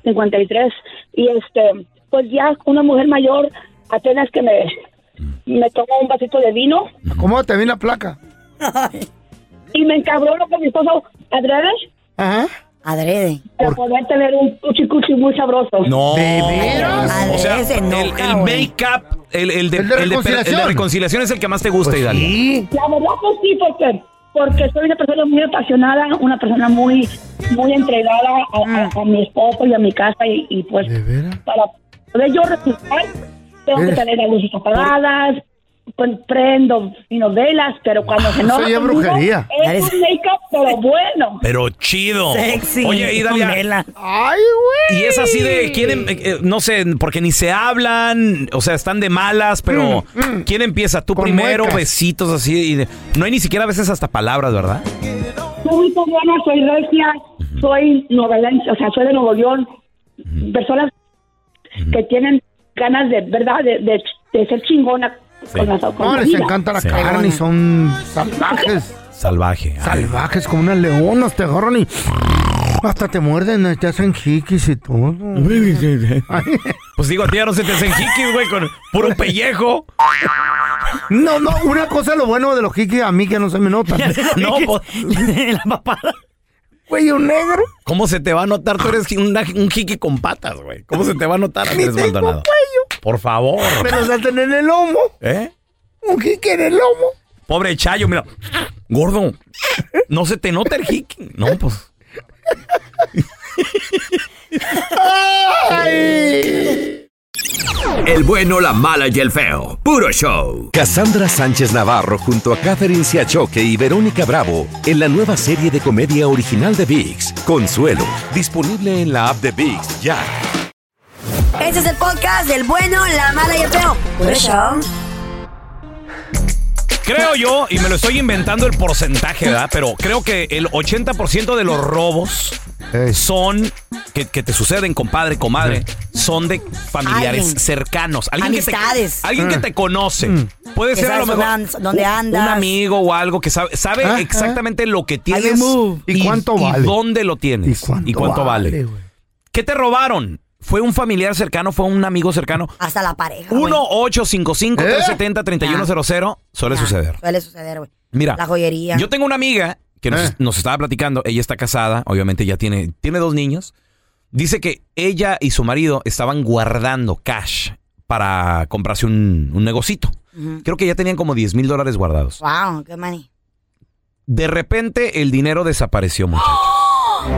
Speaker 13: 53 y este, pues ya una mujer mayor apenas que me me tomó un vasito de vino
Speaker 5: ¿Cómo te vi la placa?
Speaker 13: y me encabrono con mi esposo adrede
Speaker 5: Ajá.
Speaker 4: Adrede.
Speaker 13: para poder tener un cuchi cuchi muy sabroso.
Speaker 1: No.
Speaker 4: Adrede
Speaker 1: O sea,
Speaker 4: se
Speaker 1: el,
Speaker 4: enoja,
Speaker 1: el
Speaker 4: güey.
Speaker 1: make-up, el, el de,
Speaker 5: El de
Speaker 1: el de-
Speaker 5: reconciliación. Pues
Speaker 1: el de reconciliación es el que más te gusta, Idalia.
Speaker 5: Sí.
Speaker 13: La verdad pues sí, porque porque soy una persona muy apasionada, una persona muy muy entregada a,
Speaker 5: Mm.
Speaker 13: a- a mi esposo y a mi casa y, y, pues para poder yo resultar tengo que
Speaker 5: Eres-
Speaker 13: tener las luces apagadas, pon- prendo vino velas, pero cuando se enoja
Speaker 5: Eso ya es
Speaker 13: conmigo,
Speaker 5: brujería.
Speaker 13: es un make-up pero bueno.
Speaker 1: Pero chido.
Speaker 4: Sexy.
Speaker 1: Oye,
Speaker 4: con
Speaker 1: Idalia.
Speaker 4: vela.
Speaker 5: Ay, güey.
Speaker 1: Y es así de, quieren, eh, eh, no sé, porque ni se hablan, o sea, están de malas, pero ¿quién empieza? Tú
Speaker 5: Mm, Con
Speaker 1: primero,
Speaker 5: muecas.
Speaker 1: besitos así, y de- no hay ni siquiera a veces hasta palabras, ¿verdad?
Speaker 13: Soy muy poblana, soy regia, soy novelense, o sea, soy de Nuevo León. Personas que tienen ganas de, ¿verdad?, de, de- de ser chingona con las con
Speaker 5: No,
Speaker 13: la
Speaker 5: les
Speaker 13: vida. Ah,
Speaker 5: encanta la
Speaker 1: Sí.
Speaker 5: carne y son salvajes.
Speaker 1: Salvaje. Ay,
Speaker 5: Salvajes como unas leonas, te agarran y hasta te muerden, te hacen chiquis y todo. Ay,
Speaker 1: Pues digo, a ti ya no se te hacen jiquis, güey, con puro pellejo.
Speaker 5: No, no, una cosa lo bueno de los jiquis a mí que no se me nota.
Speaker 1: No, pues,
Speaker 4: la papada.
Speaker 5: Güey, un negro.
Speaker 1: ¿cómo se te va a notar? Tú eres una- un jiqui con patas, güey. ¿Cómo se te va a notar, Andrés
Speaker 5: tengo
Speaker 1: Maldonado? Por favor.
Speaker 5: Me los hacen en el lomo.
Speaker 1: ¿Eh?
Speaker 5: Un jiqui en el lomo.
Speaker 1: Pobre Chayo, mira. Gordo, no se te nota el jiqui. No, pues.
Speaker 2: El bueno, la mala y el feo. Puro show.
Speaker 16: Cassandra Sánchez Navarro junto a Catherine Siachoque y Verónica Bravo en la nueva serie de comedia original de VIX, Consuelo, disponible en la app de VIX ya.
Speaker 4: Este es el podcast del bueno, la mala y el feo. Por eso.
Speaker 1: Creo yo, y me lo estoy inventando el porcentaje, ¿verdad? Pero creo que el 80% de los robos son que, que te suceden, compadre, comadre, son de familiares
Speaker 4: Alguien.
Speaker 1: cercanos. Alguien
Speaker 4: Amistades.
Speaker 1: Que te, alguien que
Speaker 5: Mm.
Speaker 1: te conoce. Puede
Speaker 4: Que
Speaker 1: ser a lo
Speaker 4: sabes
Speaker 1: mejor
Speaker 4: dónde an- dónde
Speaker 1: un-
Speaker 4: andas.
Speaker 1: un amigo o algo que sabe, sabe
Speaker 5: Ah,
Speaker 1: exactamente lo que
Speaker 5: you
Speaker 1: tienes
Speaker 5: move. ¿Y cuánto vale?
Speaker 1: dónde lo tienes
Speaker 5: ¿Y cuánto
Speaker 1: vale.
Speaker 5: vale, güey?
Speaker 1: ¿Qué te robaron? ¿Fue un familiar cercano? ¿Fue un amigo cercano?
Speaker 4: Hasta la pareja. güey.
Speaker 1: 1-855-370-3100 suele suceder.
Speaker 4: Suele suceder, güey.
Speaker 1: Mira.
Speaker 4: La joyería.
Speaker 1: Yo tengo una amiga que nos, nos estaba platicando, ella está casada, obviamente ya tiene, tiene dos niños, Dice que ella y su marido estaban guardando cash para comprarse un, un negocito.
Speaker 4: Ujú.
Speaker 1: Creo que ya tenían como 10 mil dólares guardados.
Speaker 4: Wow, qué money.
Speaker 1: De repente el dinero desapareció, muchachos.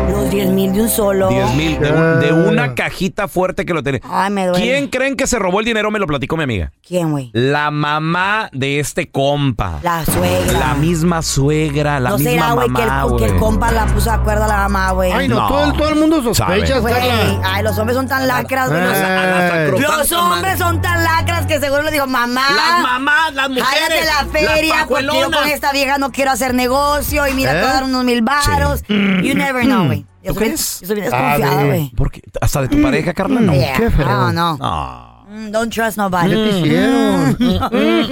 Speaker 4: Los 10 mil de un solo.
Speaker 1: 10 mil de, un- de una cajita fuerte que lo tenía.
Speaker 4: Ay, me Oh, duele.
Speaker 1: ¿Quién creen que se robó el dinero? Me lo platicó mi amiga.
Speaker 4: ¿Quién, güey?
Speaker 1: La mamá de este compa.
Speaker 4: La suegra.
Speaker 1: La misma suegra, la
Speaker 4: no
Speaker 1: misma
Speaker 4: será, güey, que, el-
Speaker 1: mamá,
Speaker 4: que el
Speaker 1: güey.
Speaker 4: compa la puso de acuerdo a la mamá, güey.
Speaker 1: Ay, no, No. todo el- todo el mundo sospecha,
Speaker 4: Güey,
Speaker 1: Carla.
Speaker 4: Ay, los hombres son tan lacras, güey.
Speaker 1: a la- a la sacrosanta
Speaker 4: Los hombres son tan lacras que seguro le dijo, mamá.
Speaker 1: Las mamás, las mujeres,
Speaker 4: Jálate la
Speaker 1: las
Speaker 4: feria porque yo
Speaker 1: pajuelonas.
Speaker 4: con esta vieja no quiero hacer negocio y mira, te voy a
Speaker 1: ¿Eh?
Speaker 4: dar unos mil varos.
Speaker 1: Mm.
Speaker 4: You never know, güey. Yo soy bien- yo soy bien
Speaker 1: Ah,
Speaker 4: desconfiada, güey.
Speaker 1: ¿Por qué? ¿Hasta de tu pareja, Carla? No.
Speaker 4: Yeah. Qué feo. No, no.
Speaker 1: Ah.
Speaker 4: Mm, Don't trust nobody.
Speaker 1: ¿Qué te hicieron?
Speaker 4: Mm, mm, mm, mm,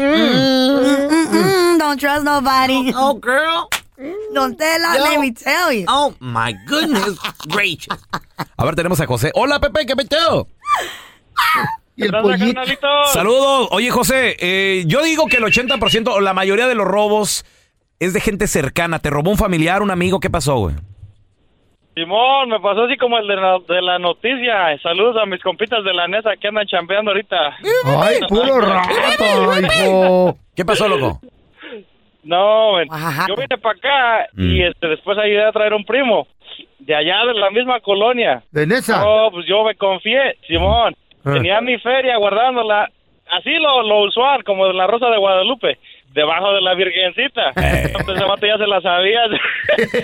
Speaker 4: mm, mm, Don't trust nobody. Oh, girl. Don't tell her, let me tell you.
Speaker 1: Oh, my goodness gracious. A ver, tenemos a José. Hola, Pepe, ¿qué meteo?
Speaker 5: Y el
Speaker 1: Saludos. Oye, José, eh, yo digo que el 80% o la mayoría de los robos es de gente cercana. ¿Te robó un familiar, un amigo? ¿Qué pasó, güey?
Speaker 17: Simón, me pasó así como el de la, de la noticia. Saludos a mis compitas de la neta que andan chambeando ahorita.
Speaker 5: Ay, puro rato, hijo.
Speaker 1: ¿Qué pasó, loco?
Speaker 17: No, en- yo vine para acá y
Speaker 5: Mm.
Speaker 17: este, después ayudé a traer un primo de allá de la misma colonia.
Speaker 5: ¿De Nesa?
Speaker 17: No, pues yo me confié, Simón.
Speaker 5: Ah.
Speaker 17: Tenía mi feria guardándola, así lo, lo usual, como de la Rosa de Guadalupe, debajo de la Virgencita.
Speaker 5: Eh.
Speaker 17: Entonces, ese vato ya se la sabía.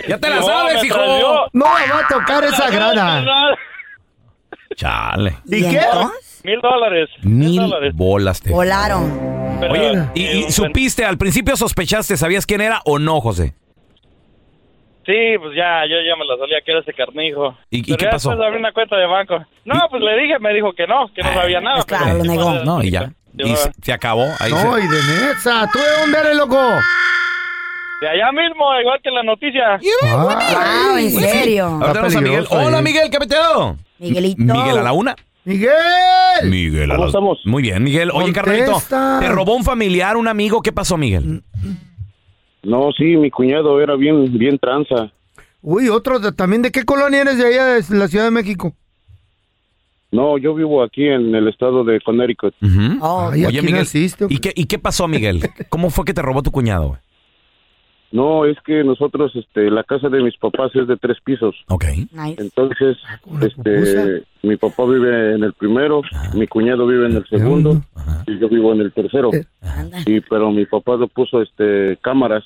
Speaker 1: ¡Ya
Speaker 5: te la sabes, hijo. No me va a tocar esa grana.
Speaker 1: Chale.
Speaker 5: ¿Y qué?
Speaker 17: Mil dólares.
Speaker 1: Mil bolas te.
Speaker 4: Volaron.
Speaker 1: Oye, y, y supiste, al principio sospechaste, ¿sabías quién era o no, José?
Speaker 17: Sí, pues ya, yo ya me la salía que era ese carnijo.
Speaker 1: ¿Y- y
Speaker 17: Pero
Speaker 1: qué
Speaker 17: ya
Speaker 1: pasó?
Speaker 17: después abrí una cuenta de banco. No, pues le dije, me dijo que no,
Speaker 1: Ah,
Speaker 17: que no sabía nada. pero-
Speaker 1: Eh, No, y ya. Y se, se acabó. Ahí
Speaker 5: No,
Speaker 1: se-
Speaker 5: y de Nesa. ¿Tú de dónde eres, loco?
Speaker 17: De allá mismo, igual que la noticia.
Speaker 5: Ah,
Speaker 4: ¿en serio?
Speaker 1: Ahora tenemos a Miguel.
Speaker 5: ¿eh?
Speaker 1: Hola, Miguel, ¿qué peteo?
Speaker 4: Miguelito.
Speaker 1: Miguel a la una.
Speaker 5: Miguel.
Speaker 1: Miguel a
Speaker 5: ¿Cómo
Speaker 1: la
Speaker 5: estamos?
Speaker 1: Muy bien, Miguel. Oye, Carlito,
Speaker 5: Contesta.
Speaker 1: te robó un familiar, un amigo. ¿Qué pasó, Miguel?
Speaker 18: No, sí, mi cuñado era bien, bien tranza.
Speaker 5: Uy, otro de- también. ¿De qué colonia eres de allá, de la Ciudad de México?
Speaker 18: No, yo vivo aquí en el estado de Connecticut.
Speaker 1: Oh,
Speaker 5: Ay, aquí
Speaker 1: ¿y qué, ¿y qué pasó, Miguel? ¿Cómo fue que te robó tu cuñado? güey?
Speaker 18: No, es que nosotros, este, la casa de mis papás es de tres pisos.
Speaker 1: Ok.
Speaker 18: Entonces, este, mi papá vive en el primero,
Speaker 1: Ah.
Speaker 18: mi cuñado vive en el segundo y yo vivo en el tercero. Y pero mi papá lo puso, este, cámaras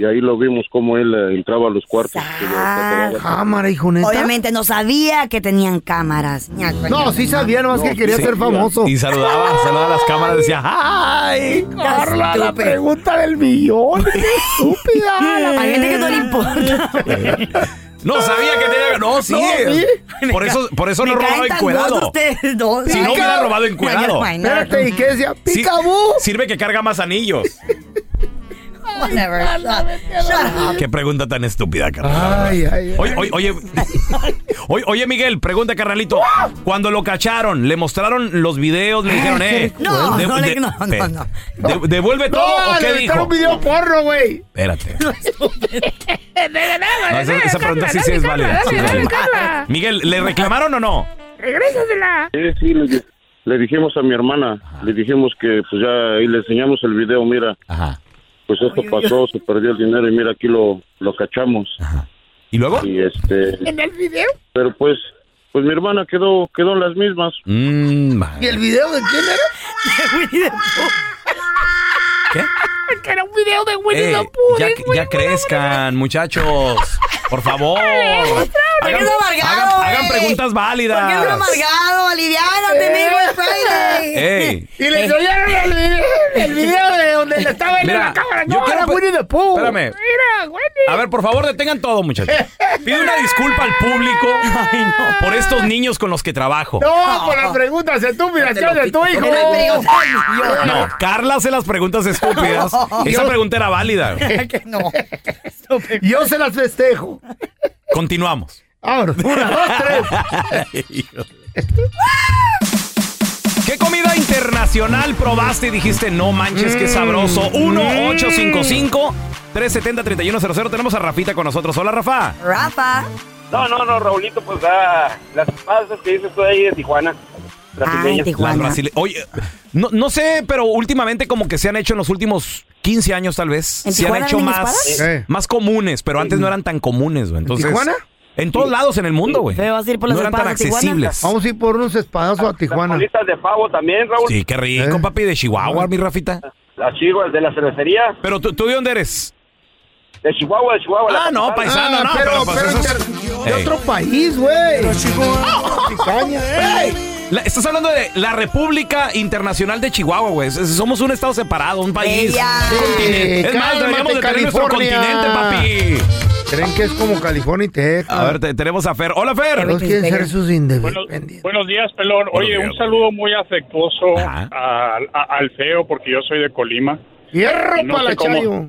Speaker 18: y ahí lo vimos como él eh, entraba a los cuartos. y lo sacaba.
Speaker 5: Cámara, hijo neta.
Speaker 4: Ah, Obviamente no sabía que tenían cámaras.
Speaker 5: No, sí sabía, nomás que quería
Speaker 1: Sí.
Speaker 5: ser famoso.
Speaker 1: Y saludaba, saludaba a las cámaras, decía,
Speaker 5: ¡Ay,
Speaker 1: Carla, la
Speaker 5: pregunta del millón! ¡Estúpida!
Speaker 4: Hay gente Mm. que no le importa.
Speaker 1: No sabía que tenía. No, sí.
Speaker 4: No, sí.
Speaker 1: Por eso, por eso no robaba encuerado. Si no hubiera robado encuerado.
Speaker 5: Espérate, ¿y qué decía?
Speaker 1: Sí, Sirve que carga más anillos.
Speaker 4: Whatever.
Speaker 5: Ah,
Speaker 4: Shut up.
Speaker 1: Qué pregunta tan estúpida, carnal.
Speaker 5: Ay, ay, ay.
Speaker 1: Oye, oye, oye, oye, oye, Miguel, pregunta, carnalito. Cuando lo cacharon, le mostraron los videos,
Speaker 4: Ah,
Speaker 1: le dijeron, eh.
Speaker 4: No,
Speaker 1: de-
Speaker 4: no le-
Speaker 1: de-
Speaker 4: no, no,
Speaker 1: espera,
Speaker 4: no.
Speaker 1: de- devuelve todo, ¿o
Speaker 5: le
Speaker 1: qué dijo?
Speaker 5: metieron un video porno, güey.
Speaker 1: Espérate. No, esa, esa pregunta sí, sí es válida. sí es válida.
Speaker 18: pues,
Speaker 1: Miguel, ¿le reclamaron o no?
Speaker 18: Sí, sí, le, di- le dijimos a mi hermana, le dijimos que pues ya, y le enseñamos el video, mira. Pues esto pasó, se perdió el dinero y mira, aquí lo, lo cachamos.
Speaker 1: ¿Y luego?
Speaker 18: Y este,
Speaker 5: el video?
Speaker 18: pero pues, pues mi hermana quedó, quedó en las mismas.
Speaker 1: Mm,
Speaker 5: ¿Y el video de quién era?
Speaker 19: Que era un video de Winnie
Speaker 1: Eh,
Speaker 19: the Pooh.
Speaker 1: ya, ya crezcan, muchachos. Por favor.
Speaker 4: ¿Por qué
Speaker 1: Hagan,
Speaker 4: es amargado,
Speaker 1: hagan-
Speaker 4: güey?
Speaker 1: hagan preguntas válidas.
Speaker 4: ¿Por qué es amargado? Aliviánate, mi hijo, es Friday.
Speaker 1: Ey.
Speaker 5: Y le enseñaron el video, el video de donde le estaba él en
Speaker 1: Mira,
Speaker 5: la cámara.
Speaker 1: yo
Speaker 5: No,
Speaker 1: quiero
Speaker 5: era
Speaker 1: pe-
Speaker 5: Winnie the Pooh.
Speaker 1: Espérame.
Speaker 5: Mira, Winnie.
Speaker 1: A ver, por favor, detengan todo, muchachos. Pido una disculpa al público por estos niños con los que trabajo.
Speaker 5: No, por las preguntas estúpidas que hace tu hijo.
Speaker 1: No, Carla hace las preguntas estúpidas. Esa pregunta era válida.
Speaker 5: Yo se las festejo.
Speaker 1: Continuamos.
Speaker 5: Ahora, una, dos, tres.
Speaker 1: ¿Qué comida internacional probaste y dijiste, no manches, qué
Speaker 5: Mm.
Speaker 1: sabroso? 1-855-370-3100. Tenemos a Rafita con nosotros. Hola, Rafa.
Speaker 4: Rafa.
Speaker 17: No, no, no, Raulito, pues da las pasas que dices tú ahí de Tijuana. brasileñas.
Speaker 1: Las brasile- Oye, no, no sé, pero últimamente como que se han hecho en los últimos 15 años tal vez.
Speaker 11: ¿En
Speaker 1: Se han
Speaker 11: Tijuana
Speaker 1: hecho
Speaker 11: venden
Speaker 1: más,
Speaker 11: espadas? Sí.
Speaker 1: más comunes, pero antes no eran tan comunes, güey. Entonces,
Speaker 5: Tijuana?
Speaker 1: En todos lados en el mundo, güey. no eran tan accesibles.
Speaker 5: Vamos a ir por unos espadazos a Tijuana.
Speaker 17: Bolitas de pavo también, Raúl.
Speaker 1: Sí, qué rico, papi, de Chihuahua, mi Rafita.
Speaker 17: Las chivas de la cervecería.
Speaker 1: Pero tú, tú de dónde eres?
Speaker 17: De Chihuahua, de Chihuahua.
Speaker 1: Ah, no, paisano, no, pero, pues, eso es-
Speaker 5: De
Speaker 1: Ey.
Speaker 5: otro país, güey. Ah,
Speaker 4: ah,
Speaker 5: Picaña.
Speaker 1: La- estás hablando de la República Internacional de Chihuahua, güey. Es- Somos un estado separado, un país.
Speaker 5: Bella.
Speaker 1: Un continente.
Speaker 5: Sí,
Speaker 1: es más,
Speaker 5: cálmate,
Speaker 1: deberíamos de tener nuestro continente,
Speaker 5: California.
Speaker 1: papi.
Speaker 5: Creen que es como California y Texas.
Speaker 1: A ver, te- tenemos a Fer. Hola, Fer.
Speaker 5: Todos quieren ser sus independientes.
Speaker 20: Buenos días, Pelón. Oye, un saludo muy afectuoso al- a- al feo, porque yo soy de Colima.
Speaker 5: Hierro
Speaker 20: Y no
Speaker 5: para
Speaker 20: sé
Speaker 5: la
Speaker 20: cómo-
Speaker 5: Chayo.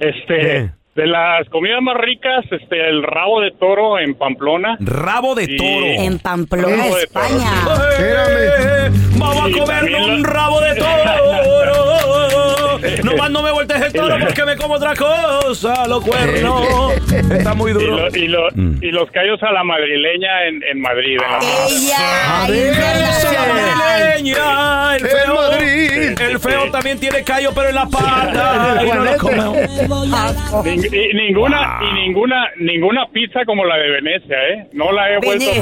Speaker 20: Este, de las comidas más ricas, este, el rabo de toro en Pamplona.
Speaker 1: Rabo de
Speaker 20: toro.
Speaker 4: En Pamplona,
Speaker 20: Rabo de
Speaker 4: España.
Speaker 1: Vamos a comernos un rabo de toro. Nomás no me voltees el toro porque me como otra cosa, lo cuerno. Está muy
Speaker 20: duro. Y, lo- y lo- y los callos a la madrileña en, en Madrid. En la
Speaker 1: A ver, madrileña, el feo, el feo también tiene callo, pero en la pata. Y no lo come.
Speaker 20: Ning- y ninguna y ninguna ninguna pizza como la de Venecia, ¿eh? No la he vuelto a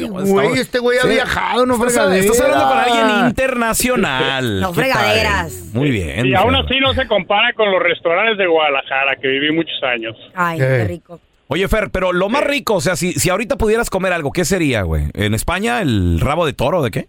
Speaker 20: probar.
Speaker 5: Güey, este güey ha
Speaker 20: Sí.
Speaker 5: viajado, no
Speaker 20: Estás-
Speaker 5: fregaderas.
Speaker 20: estás hablando
Speaker 1: Para alguien internacional.
Speaker 20: No
Speaker 1: ¿Qué tal?
Speaker 20: fregaderas.
Speaker 1: Muy bien.
Speaker 20: Y aún así no se compara con los restaurantes de Guadalajara que viví muchos años.
Speaker 4: Ay,
Speaker 1: Sí.
Speaker 4: qué rico.
Speaker 1: Oye, Fer, pero lo más rico, o sea, si, si ahorita pudieras comer algo, ¿qué sería, güey? ¿En España el rabo de toro de qué?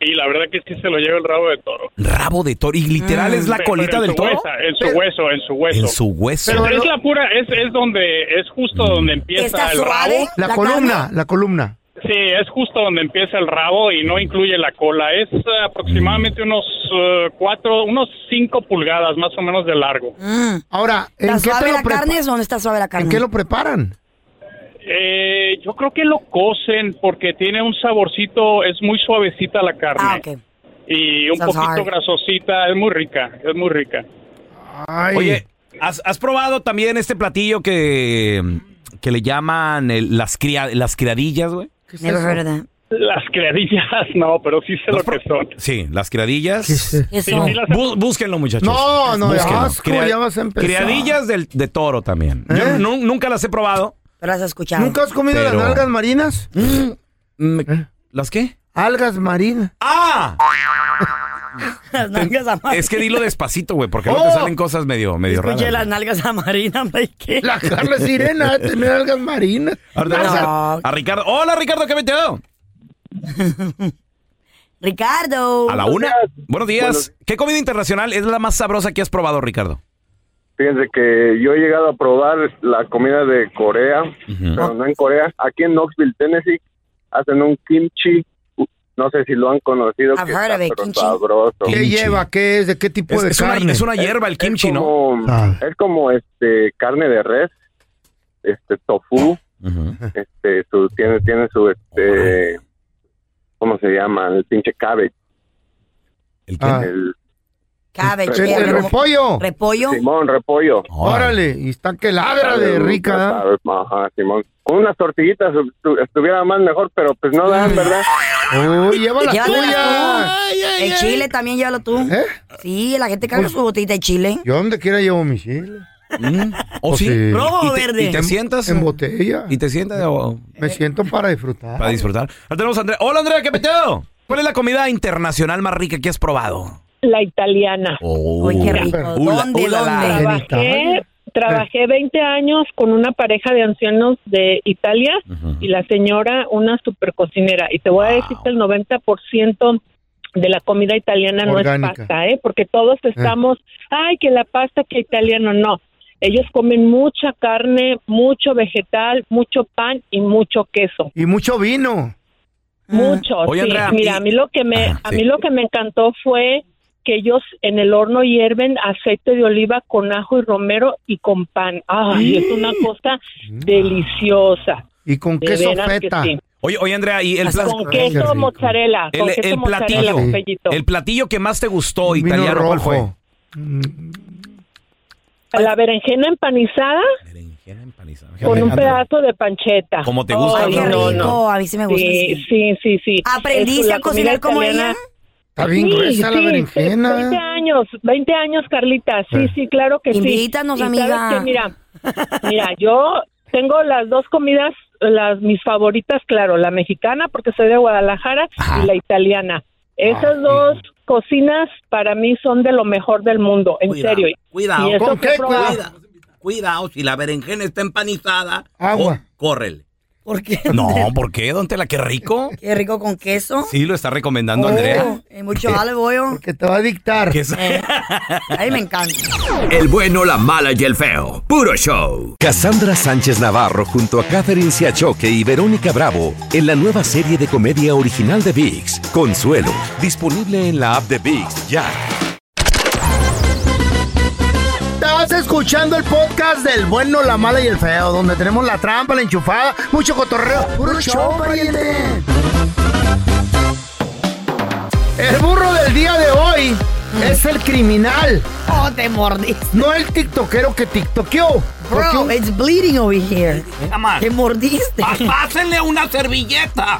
Speaker 20: Y la verdad que es que se lo lleva el rabo de toro.
Speaker 1: Rabo de toro. Y literal es la
Speaker 20: Mm. Pero
Speaker 1: colita
Speaker 20: en
Speaker 1: del
Speaker 20: su
Speaker 1: toro.
Speaker 20: huesa, en su hueso, en su hueso.
Speaker 1: En su hueso. Mm.
Speaker 20: Pero
Speaker 1: Pero-
Speaker 20: es la pura, es, es donde, es justo donde empieza el rabo.
Speaker 5: La, columna, la columna.
Speaker 20: Sí, es justo donde empieza el rabo y no incluye la cola. Es eh,
Speaker 1: Mm.
Speaker 20: aproximadamente unos eh, cuatro, unos cinco pulgadas más o menos de largo.
Speaker 5: Ahora, ¿en
Speaker 4: Mm. ¿Está
Speaker 5: qué
Speaker 4: suave
Speaker 5: te
Speaker 4: la
Speaker 5: lo prepa-
Speaker 4: carne o no está suave la carne?
Speaker 5: ¿En qué lo preparan?
Speaker 20: Eh, yo creo que lo cocen porque tiene un saborcito, es muy suavecita la carne.
Speaker 4: Ah,
Speaker 20: Y un
Speaker 1: Sounds
Speaker 20: poquito
Speaker 1: hard.
Speaker 20: grasosita, es muy rica, es muy rica.
Speaker 1: Oye, ¿has, has probado también este platillo que, que le llaman el- las, cria- las criadillas, güey?
Speaker 4: es Never eso? heard of that.
Speaker 20: Las criadillas, no, pero sí sé lo que son.
Speaker 1: Sí, las criadillas.
Speaker 4: ¿Qué
Speaker 20: son? Sí, sí las-
Speaker 1: Bú- búsquenlo, muchachos.
Speaker 5: No, no,
Speaker 1: Búsquenlo.
Speaker 5: asco, ya vas a empezar.
Speaker 1: Criadillas del- de toro también. Yo nu- nunca las he probado.
Speaker 4: Pero ¿Eh? las has escuchado.
Speaker 5: ¿Nunca has comido
Speaker 1: Pero- Mm,
Speaker 5: las algas marinas? ¿Eh?
Speaker 1: ¿Las qué?
Speaker 5: Algas marinas.
Speaker 1: ¡Ah!
Speaker 4: Las nalgas amarillas.
Speaker 1: Es que dilo despacito, güey, porque luego te
Speaker 4: Oh.
Speaker 1: salen cosas medio, medio raras.
Speaker 4: Escuché las nalgas amarillas, me qué.
Speaker 5: La carne sirena, de tener algas marinas.
Speaker 1: Ahora tenemos a, a Ricardo. Hola, Ricardo, ¿qué me te
Speaker 4: Ricardo.
Speaker 1: A la una. Buenos días. ¿Qué comida internacional es la más sabrosa que has probado, Ricardo?
Speaker 21: Fíjense que yo he llegado a probar la comida de Corea, pero no en Corea. Aquí en Knoxville, Tennessee, hacen un kimchi. No sé si lo han conocido.
Speaker 5: I've
Speaker 21: que
Speaker 5: heard
Speaker 21: está,
Speaker 5: of it,
Speaker 21: pero
Speaker 5: kimchi.
Speaker 21: sabroso.
Speaker 5: ¿Qué lleva? ¿Qué es? ¿De qué tipo de carne? Ah.
Speaker 21: como- Es como este carne de res, este tofu, este su, tiene tiene su este ¿cómo se llama? El pinche cabbage.
Speaker 1: El,
Speaker 21: el
Speaker 4: Cabbage.
Speaker 21: El-
Speaker 4: ¿qué?
Speaker 21: el
Speaker 5: repollo.
Speaker 4: Repollo.
Speaker 21: Simón, repollo.
Speaker 5: Órale, y está que ladra de
Speaker 21: Sabe,
Speaker 5: rica.
Speaker 21: sabe, Ajá, Simón. Con unas tortillitas estu- estu- estuviera más mejor, pero pues no dan, ¿verdad?
Speaker 5: Uy, lleva las
Speaker 4: Llévalas tú.
Speaker 5: tuyas.
Speaker 4: el chile también llévalo tú.
Speaker 5: ¿Eh?
Speaker 4: Sí, la gente carga su botita de chile.
Speaker 5: Yo donde quiera llevo mi chile.
Speaker 1: Mm,
Speaker 5: Pues
Speaker 1: ¿O sí?
Speaker 4: Rojo
Speaker 1: ¿Y
Speaker 4: o
Speaker 1: te-
Speaker 4: verde.
Speaker 1: ¿Y te sientas?
Speaker 5: En botella.
Speaker 1: ¿Y te sientas? o-
Speaker 5: Me siento para disfrutar.
Speaker 1: Para disfrutar. Ahora tenemos a Andrea. Hola, Andrea, ¿qué peteo? ¿Cuál es la comida internacional más rica que has probado?
Speaker 22: La italiana.
Speaker 1: Oh.
Speaker 22: Uy, qué
Speaker 4: rico.
Speaker 1: Ula,
Speaker 22: ¿Dónde,
Speaker 1: ula, la.
Speaker 22: Trabajé, trabajé 20 años con una pareja de ancianos de Italia y la señora una super cocinera. Y te voy a decir que el 90% de la comida italiana no
Speaker 23: Orgánica.
Speaker 22: es pasta, ¿eh? Porque todos estamos, ay, que la pasta, que italiano, no. Ellos comen mucha carne, mucho vegetal, mucho pan y mucho queso.
Speaker 5: Y mucho vino.
Speaker 22: Mucho,
Speaker 5: Ah, Oye,
Speaker 22: sí.
Speaker 5: Andrea,
Speaker 22: Mira,
Speaker 5: y-
Speaker 22: a mí lo que me a
Speaker 5: sí.
Speaker 22: mí lo que me encantó fue que ellos en el horno hierven aceite de oliva con ajo y romero y con pan. Ay, es una cosa deliciosa.
Speaker 5: Y con
Speaker 22: De
Speaker 5: queso
Speaker 22: veras que
Speaker 5: feta.
Speaker 22: sí.
Speaker 1: Oye, oye, Andrea, y el,
Speaker 22: Hasta
Speaker 1: plat-
Speaker 22: con queso mozzarella,
Speaker 1: el,
Speaker 22: con queso
Speaker 1: el
Speaker 22: mozzarella,
Speaker 1: platillo,
Speaker 22: Pepellito.
Speaker 1: el platillo que más te gustó
Speaker 5: Vino
Speaker 1: italiano, ¿cuál
Speaker 5: rojo.
Speaker 1: fue?
Speaker 22: la berenjena empanizada
Speaker 1: ¿Quién empaniza?
Speaker 22: Con un pedazo de pancheta.
Speaker 1: Como te gusta,
Speaker 22: Ay,
Speaker 1: ¿no?
Speaker 22: no, no.
Speaker 4: a mí sí me gusta,
Speaker 22: Sí,
Speaker 4: sí.
Speaker 22: sí, sí. sí.
Speaker 4: ¿Aprendiste
Speaker 22: Es la
Speaker 4: a
Speaker 22: comida
Speaker 4: cocinar como
Speaker 22: italiana.
Speaker 4: ella?
Speaker 5: Está bien gruesa la berenjena.
Speaker 22: 20 años, 20 años, Carlita. Sí,
Speaker 5: Eh.
Speaker 22: sí, claro que sí.
Speaker 4: Invítanos,
Speaker 22: Y sabes
Speaker 4: amiga.
Speaker 22: qué, mira, mira, yo tengo las dos comidas, las mis favoritas, claro, la mexicana porque soy de Guadalajara y la italiana. Esas dos cocinas para mí son de lo mejor del mundo, en
Speaker 24: Cuidado,
Speaker 22: serio.
Speaker 24: cuidado.
Speaker 22: Y eso
Speaker 24: ¿Con
Speaker 22: que
Speaker 24: qué?
Speaker 22: he probado.
Speaker 24: Cuidado. Cuidado, si la berenjena está empanizada,
Speaker 1: Agua.
Speaker 24: córrele.
Speaker 4: ¿Por qué?
Speaker 1: No, ¿por qué? ¿Dónde la qué rico?
Speaker 4: Qué rico con queso.
Speaker 1: Sí, lo está recomendando
Speaker 4: Oh,
Speaker 1: Andrea.
Speaker 4: y mucho algo, yo.
Speaker 5: Que te va a dictar.
Speaker 1: Eh,
Speaker 4: a mí me encanta.
Speaker 2: El bueno, la mala y el feo. Puro show.
Speaker 16: Cassandra Sánchez Navarro junto a Catherine Siachoque y Verónica Bravo en la nueva serie de comedia original de VIX, Consuelo, disponible en la app de VIX ya.
Speaker 5: Estás escuchando el podcast del bueno, la mala y el feo, donde tenemos la trampa, la enchufada, mucho cotorreo. ¡Puro show, pariente! El burro del día de hoy es el criminal.
Speaker 4: Oh, te mordiste.
Speaker 5: No el tiktokero que tiktokeó.
Speaker 4: Bro, it's bleeding over here. Te mordiste.
Speaker 24: Pa- Pásenle una servilleta.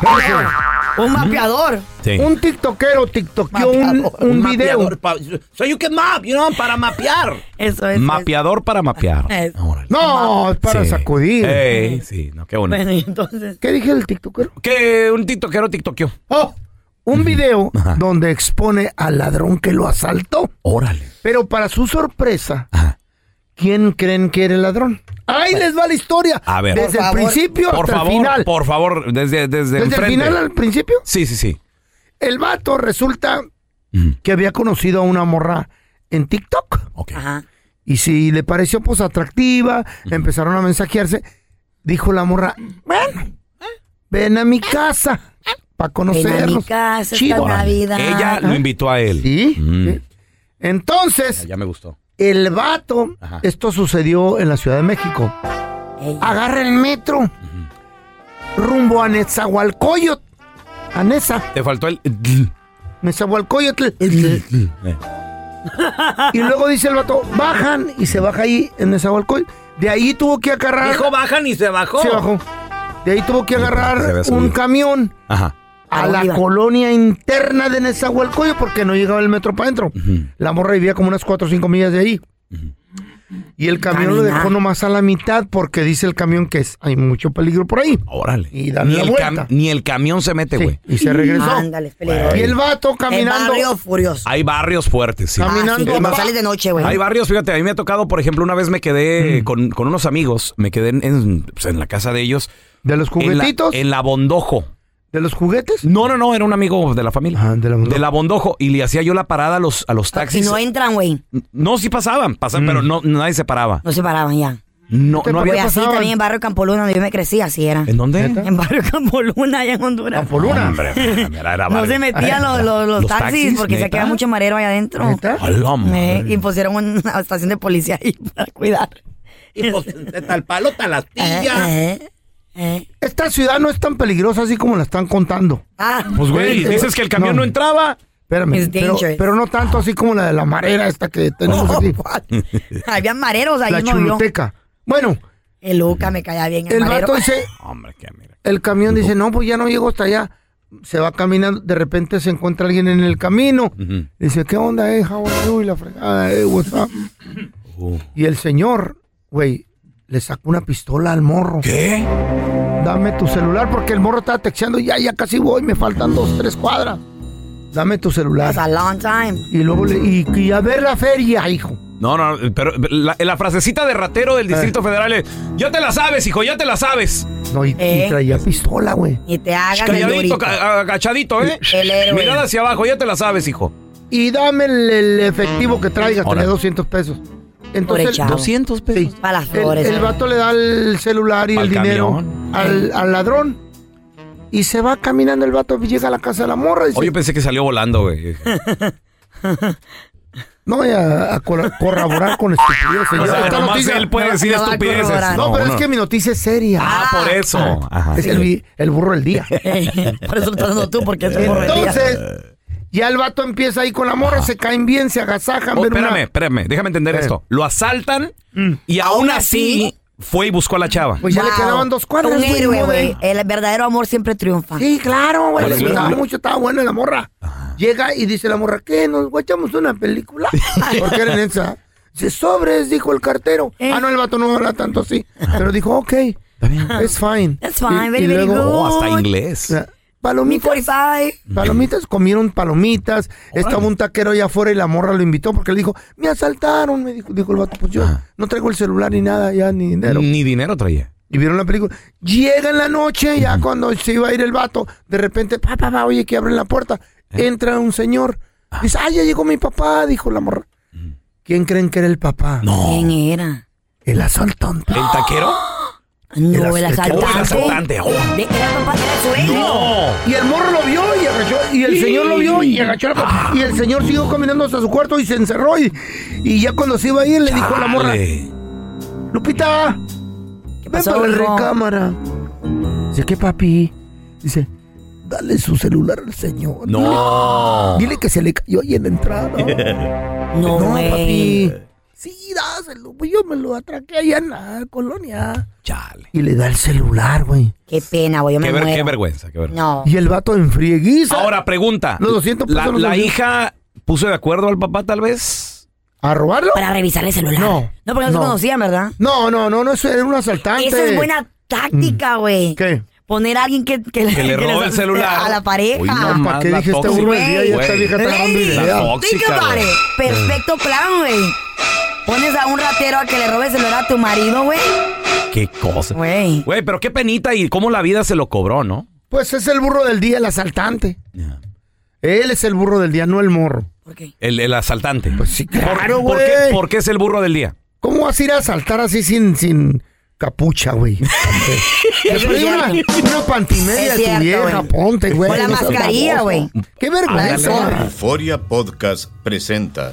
Speaker 4: Un mapeador.
Speaker 1: Sí.
Speaker 5: Un tiktokero tiktokeó un, un video.
Speaker 24: mapeador, pa- So you can map, you know, para mapear.
Speaker 4: Eso
Speaker 1: Mm, Mapeador para mapear.
Speaker 4: Eh,
Speaker 5: Eh, No, es para
Speaker 1: Sí.
Speaker 5: sacudir.
Speaker 1: Ey, sí, no, qué bonito.
Speaker 4: y entonces.
Speaker 5: ¿Qué dije del tiktokero?
Speaker 1: Que un tiktokero tiktokeó.
Speaker 5: Oh, un video donde expone al ladrón que lo asaltó.
Speaker 1: Órale.
Speaker 5: Pero para su sorpresa, ¿quién creen que era el ladrón? Ahí les va la historia.
Speaker 1: A ver.
Speaker 5: Desde el principio
Speaker 1: por
Speaker 5: hasta
Speaker 1: favor,
Speaker 5: el final.
Speaker 1: Por favor, desde, desde,
Speaker 5: Desde el
Speaker 1: enfrente.
Speaker 5: final al principio.
Speaker 1: Sí, sí, sí.
Speaker 5: El vato resulta
Speaker 1: Mm.
Speaker 5: que había conocido a una morra en TikTok. Y si le pareció pues atractiva, empezaron a mensajearse. Dijo la morra, bueno, ven a mi casa para conocernos.
Speaker 4: Ven a mi casa esta
Speaker 5: Chido.
Speaker 4: Navidad.
Speaker 1: Ella lo invitó a él.
Speaker 5: Ah. Sí.
Speaker 1: Mm.
Speaker 5: Entonces,
Speaker 1: Ya me gustó.
Speaker 5: el vato,
Speaker 1: Ajá.
Speaker 5: esto sucedió en la Ciudad de México. Agarra el metro rumbo a Nezahualcóyotl. A Neza,
Speaker 1: Te faltó el.
Speaker 5: Nezahualcóyotl. y luego dice el vato, bajan y se baja ahí en Nezahualcóyotl. De ahí tuvo que agarrar.
Speaker 24: Dijo bajan y se bajó.
Speaker 5: Se bajó. De ahí tuvo que
Speaker 1: se había
Speaker 5: agarrar
Speaker 1: subido.
Speaker 5: un camión
Speaker 1: Ajá.
Speaker 24: Ah,
Speaker 5: a la colonia interna de Nezahualcóyotl porque no llegaba el metro para adentro. La morra vivía como unas 4 o 5 millas de ahí. Y el camión lo
Speaker 1: Caminar.
Speaker 5: dejó nomás a la mitad porque dice el camión que es, hay mucho peligro por ahí.
Speaker 1: Órale.
Speaker 5: Y dan
Speaker 1: Ni
Speaker 5: la
Speaker 1: el,
Speaker 5: vuelta.
Speaker 1: cam- ni el camión se mete,
Speaker 5: Sí,
Speaker 1: güey.
Speaker 5: y se regresó.
Speaker 4: Ándale, es peligroso.
Speaker 5: Y el vato
Speaker 4: El
Speaker 5: caminando.
Speaker 4: barrio furioso.
Speaker 1: Hay barrios fuertes, sí.
Speaker 4: Ah, sí, cuando sales de noche, güey.
Speaker 1: Hay barrios, fíjate, a mí me ha tocado, por ejemplo, una vez me
Speaker 5: Mm.
Speaker 1: quedé con, con unos amigos, me quedé en, en- pues, en la casa de ellos.
Speaker 5: ¿De los juguetitos?
Speaker 1: En la, Bondojo.
Speaker 5: ¿De los juguetes? Ah,
Speaker 1: No, no, no, era un amigo de la familia.
Speaker 5: de la Bondojo.
Speaker 1: y le hacía yo la parada a los, a los
Speaker 4: Y
Speaker 1: taxis.
Speaker 4: no entran, güey.
Speaker 1: No, sí pasaban, pasaban,
Speaker 5: Mm.
Speaker 1: pero no, nadie se paraba.
Speaker 4: No se paraban ya.
Speaker 1: No, no
Speaker 4: Güey,
Speaker 1: había
Speaker 4: así también en Barrio Campoluna, donde yo me crecí, así era.
Speaker 1: ¿En dónde?
Speaker 4: En Barrio Campoluna, allá en Honduras.
Speaker 5: Campoluna.
Speaker 1: Hombre, era- era
Speaker 4: No
Speaker 1: barrio.
Speaker 4: se metían los, los- los
Speaker 1: ¿Los
Speaker 4: taxis,
Speaker 1: taxis,
Speaker 4: porque se
Speaker 1: neta?
Speaker 4: queda mucho marero allá adentro.
Speaker 1: A la
Speaker 4: Eh,
Speaker 1: madre.
Speaker 4: y pusieron una estación de policía ahí para cuidar.
Speaker 24: Y pues, de tal palo, tal
Speaker 4: Ah,
Speaker 24: astilla.
Speaker 4: Eh,
Speaker 5: Esta ciudad no es tan peligrosa así como la están contando.
Speaker 4: Ah,
Speaker 1: Pues, güey, dices que el camión no entraba.
Speaker 5: Espérame,
Speaker 4: It's
Speaker 5: pero,
Speaker 4: dangerous.
Speaker 5: pero no tanto así como la de la marera esta que tenemos aquí.
Speaker 4: Había mareros ahí,
Speaker 5: La
Speaker 4: no yo.
Speaker 5: chuluteca. Bueno,
Speaker 4: El Luca me caía bien. El,
Speaker 5: el
Speaker 4: marero.
Speaker 5: vato dice, el camión dice, no, pues ya no llego hasta allá. Se va caminando, de repente se encuentra alguien en el camino. Dice, ¿qué onda, eh? How are you?" Y la fregada, eh, what's up? Y el señor, güey, le sacó una pistola al morro.
Speaker 1: ¿Qué?
Speaker 5: Dame tu celular, porque el morro estaba texteando, ya, ya casi voy, me faltan dos, tres cuadras. Dame tu celular.
Speaker 4: That's a long time.
Speaker 5: Y luego le, y, y a ver la feria, hijo.
Speaker 1: No, no, pero la, la frasecita de ratero del Distrito Federal es, ya te la sabes, hijo, ya te la sabes.
Speaker 5: Eh. No, y, y
Speaker 4: Eh.
Speaker 5: traía pistola, güey.
Speaker 4: Y te hagas el
Speaker 1: Calladito,
Speaker 4: durito.
Speaker 1: ca- agachadito, ¿eh?
Speaker 4: El héroe.
Speaker 1: Mirada hacia abajo, ya te la sabes, hijo.
Speaker 5: Y dame el, el efectivo que traigas,
Speaker 1: Mm. Órale.
Speaker 5: tenía 200 pesos.
Speaker 4: Pobre
Speaker 5: Entonces,
Speaker 4: chavo.
Speaker 1: 200 pesos.
Speaker 4: Para las
Speaker 5: el,
Speaker 4: flores. eh.
Speaker 5: el vato le da el celular y
Speaker 1: Al
Speaker 5: el dinero
Speaker 1: camión.
Speaker 5: al, al ladrón. Y se va caminando el vato, pues, llega a la casa de la morra. y dice,
Speaker 1: Oye, yo pensé que salió volando, güey.
Speaker 5: no voy a, a cor- corroborar con estupideces.
Speaker 1: O
Speaker 5: Yo
Speaker 1: sea,
Speaker 5: esta
Speaker 1: nomás
Speaker 5: noticia-
Speaker 1: él puede decir
Speaker 5: va a
Speaker 1: estupideces.
Speaker 5: corroborar. No,
Speaker 1: No,
Speaker 5: pero
Speaker 1: no.
Speaker 5: es que mi noticia es seria.
Speaker 1: Ah, por eso. Ajá. Oh,
Speaker 5: es el, vi- el burro del día.
Speaker 4: pues, Por eso estás dando tú, porque es un
Speaker 5: Entonces, ya el vato empieza ahí con la morra, se caen bien, se agasajan.
Speaker 1: Ah. Oh,
Speaker 5: ven una- Eh.
Speaker 4: Mm.
Speaker 1: espérame, espérame, déjame entender esto. Lo asaltan y aún así fue y buscó a la chava.
Speaker 5: Pues ya le
Speaker 4: Wow.
Speaker 5: quedaban dos cuadras.
Speaker 4: Ah, Un
Speaker 5: güey,
Speaker 4: héroe,
Speaker 5: ni modo,
Speaker 4: güey. El verdadero amor siempre triunfa.
Speaker 5: Sí, claro, güey.
Speaker 4: Vale,
Speaker 5: Le
Speaker 4: lo-
Speaker 5: gustaba
Speaker 4: lo-
Speaker 5: mucho, estaba buena la morra. Llega y dice la morra, ¿qué? ¿Nos guachamos una película? Porque era en esa. Dice, sobres, dijo el cartero.
Speaker 4: Eh.
Speaker 5: Ah, no, el vato no habla tanto así. Pero dijo, ok. It's fine.
Speaker 4: It's fine, very, very
Speaker 1: Oh, hasta inglés.
Speaker 5: Palomitas. Palomitas, comieron palomitas. Estaba un taquero allá afuera y la morra lo invitó porque le dijo, me asaltaron, me dijo, dijo el vato, pues yo no traigo el celular ni nada, ya ni dinero.
Speaker 1: Ni dinero traía.
Speaker 5: Y vieron la película. Llega en la noche, ya cuando se iba a ir el vato, de repente, papá, papá, oye, que abren la puerta.
Speaker 1: Eh.
Speaker 5: Entra un señor. Dice, ah, ya llegó mi papá, dijo la morra.
Speaker 1: Mm.
Speaker 5: ¿Quién creen que era el papá?
Speaker 4: ¿Quién era?
Speaker 5: El asaltante.
Speaker 1: ¿El taquero?
Speaker 4: No, el
Speaker 1: Oh, el
Speaker 4: asaltante.
Speaker 1: asaltante. oh.
Speaker 4: De- Era papá de su ex.
Speaker 5: Y el morro lo vio y agachó, y el señor lo vio y agachó la co- Y el señor siguió caminando hasta su cuarto y se encerró. Y, y ya cuando se iba a ir, le dijo a la morra: Lupita, ven
Speaker 4: pasó,
Speaker 5: para la
Speaker 4: hijo?
Speaker 5: recámara. Dice: ¿Qué papi? Dice: Dale su celular al señor.
Speaker 1: No.
Speaker 5: Dile, dile que se le cayó ahí en la entrada.
Speaker 4: No, güey.
Speaker 5: papi. Sí, dáselo. Pues yo me lo atraqué allá en la colonia. Y le da el celular, güey.
Speaker 4: Qué pena, güey. Yo me
Speaker 1: Qué, ver- qué
Speaker 4: muero.
Speaker 1: vergüenza, qué vergüenza.
Speaker 4: No.
Speaker 5: Y el vato en frieguiza.
Speaker 1: Ahora, pregunta.
Speaker 5: Los 200 pesos
Speaker 1: la,
Speaker 5: no
Speaker 1: la
Speaker 5: son-
Speaker 1: hija puso de acuerdo al papá, tal vez.
Speaker 5: ¿A robarlo?
Speaker 4: Para revisar el celular.
Speaker 5: No.
Speaker 4: No, porque no, se conocían, ¿verdad?
Speaker 5: No, no, no, no, eso era un asaltante. Eh.
Speaker 4: Esa es buena
Speaker 5: Mm.
Speaker 4: táctica, güey.
Speaker 5: ¿Qué?
Speaker 4: Poner a alguien que, que,
Speaker 1: Que le robe el
Speaker 4: salte
Speaker 1: celular.
Speaker 4: A la pareja.
Speaker 1: Uy, no más,
Speaker 5: qué
Speaker 1: la
Speaker 5: dije este esta
Speaker 1: tóxica,
Speaker 5: burra del día y esta
Speaker 1: güey.
Speaker 5: vieja está dando
Speaker 1: Lady,
Speaker 5: idea?
Speaker 1: La
Speaker 4: Think
Speaker 1: tóxica,
Speaker 4: about
Speaker 1: güey.
Speaker 4: it. Perfecto plan, güey. Pones a un ratero a que le robe el celular a tu marido, güey.
Speaker 1: Qué cosa.
Speaker 4: Güey.
Speaker 1: pero qué penita y cómo la vida se lo cobró, ¿no?
Speaker 5: Pues es el burro del día, el asaltante. Él es el burro del día, no el morro.
Speaker 1: El, el asaltante. Pues
Speaker 5: sí, claro,
Speaker 1: ¿Por,
Speaker 5: güey.
Speaker 1: qué, por qué es el burro del día?
Speaker 5: ¿Cómo vas a ir a asaltar así sin, sin capucha, güey? Te pedí una, una pantimedia de
Speaker 4: Es
Speaker 5: tu
Speaker 4: cierto,
Speaker 5: vieja,
Speaker 4: güey.
Speaker 5: ponte, güey.
Speaker 4: O la
Speaker 5: No seas
Speaker 4: mascarilla,
Speaker 5: baboso.
Speaker 4: güey.
Speaker 5: Qué vergüenza.
Speaker 3: Euforia Podcast presenta.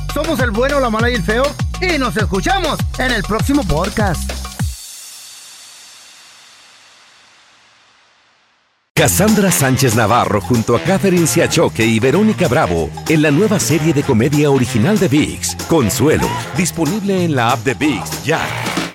Speaker 5: Somos el bueno, la mala y el feo. Y nos escuchamos en el próximo podcast.
Speaker 16: Cassandra Sánchez Navarro junto a Catherine Siachoque y Verónica Bravo en la nueva serie de comedia original de Vix, Consuelo, disponible en la app de Vix ya.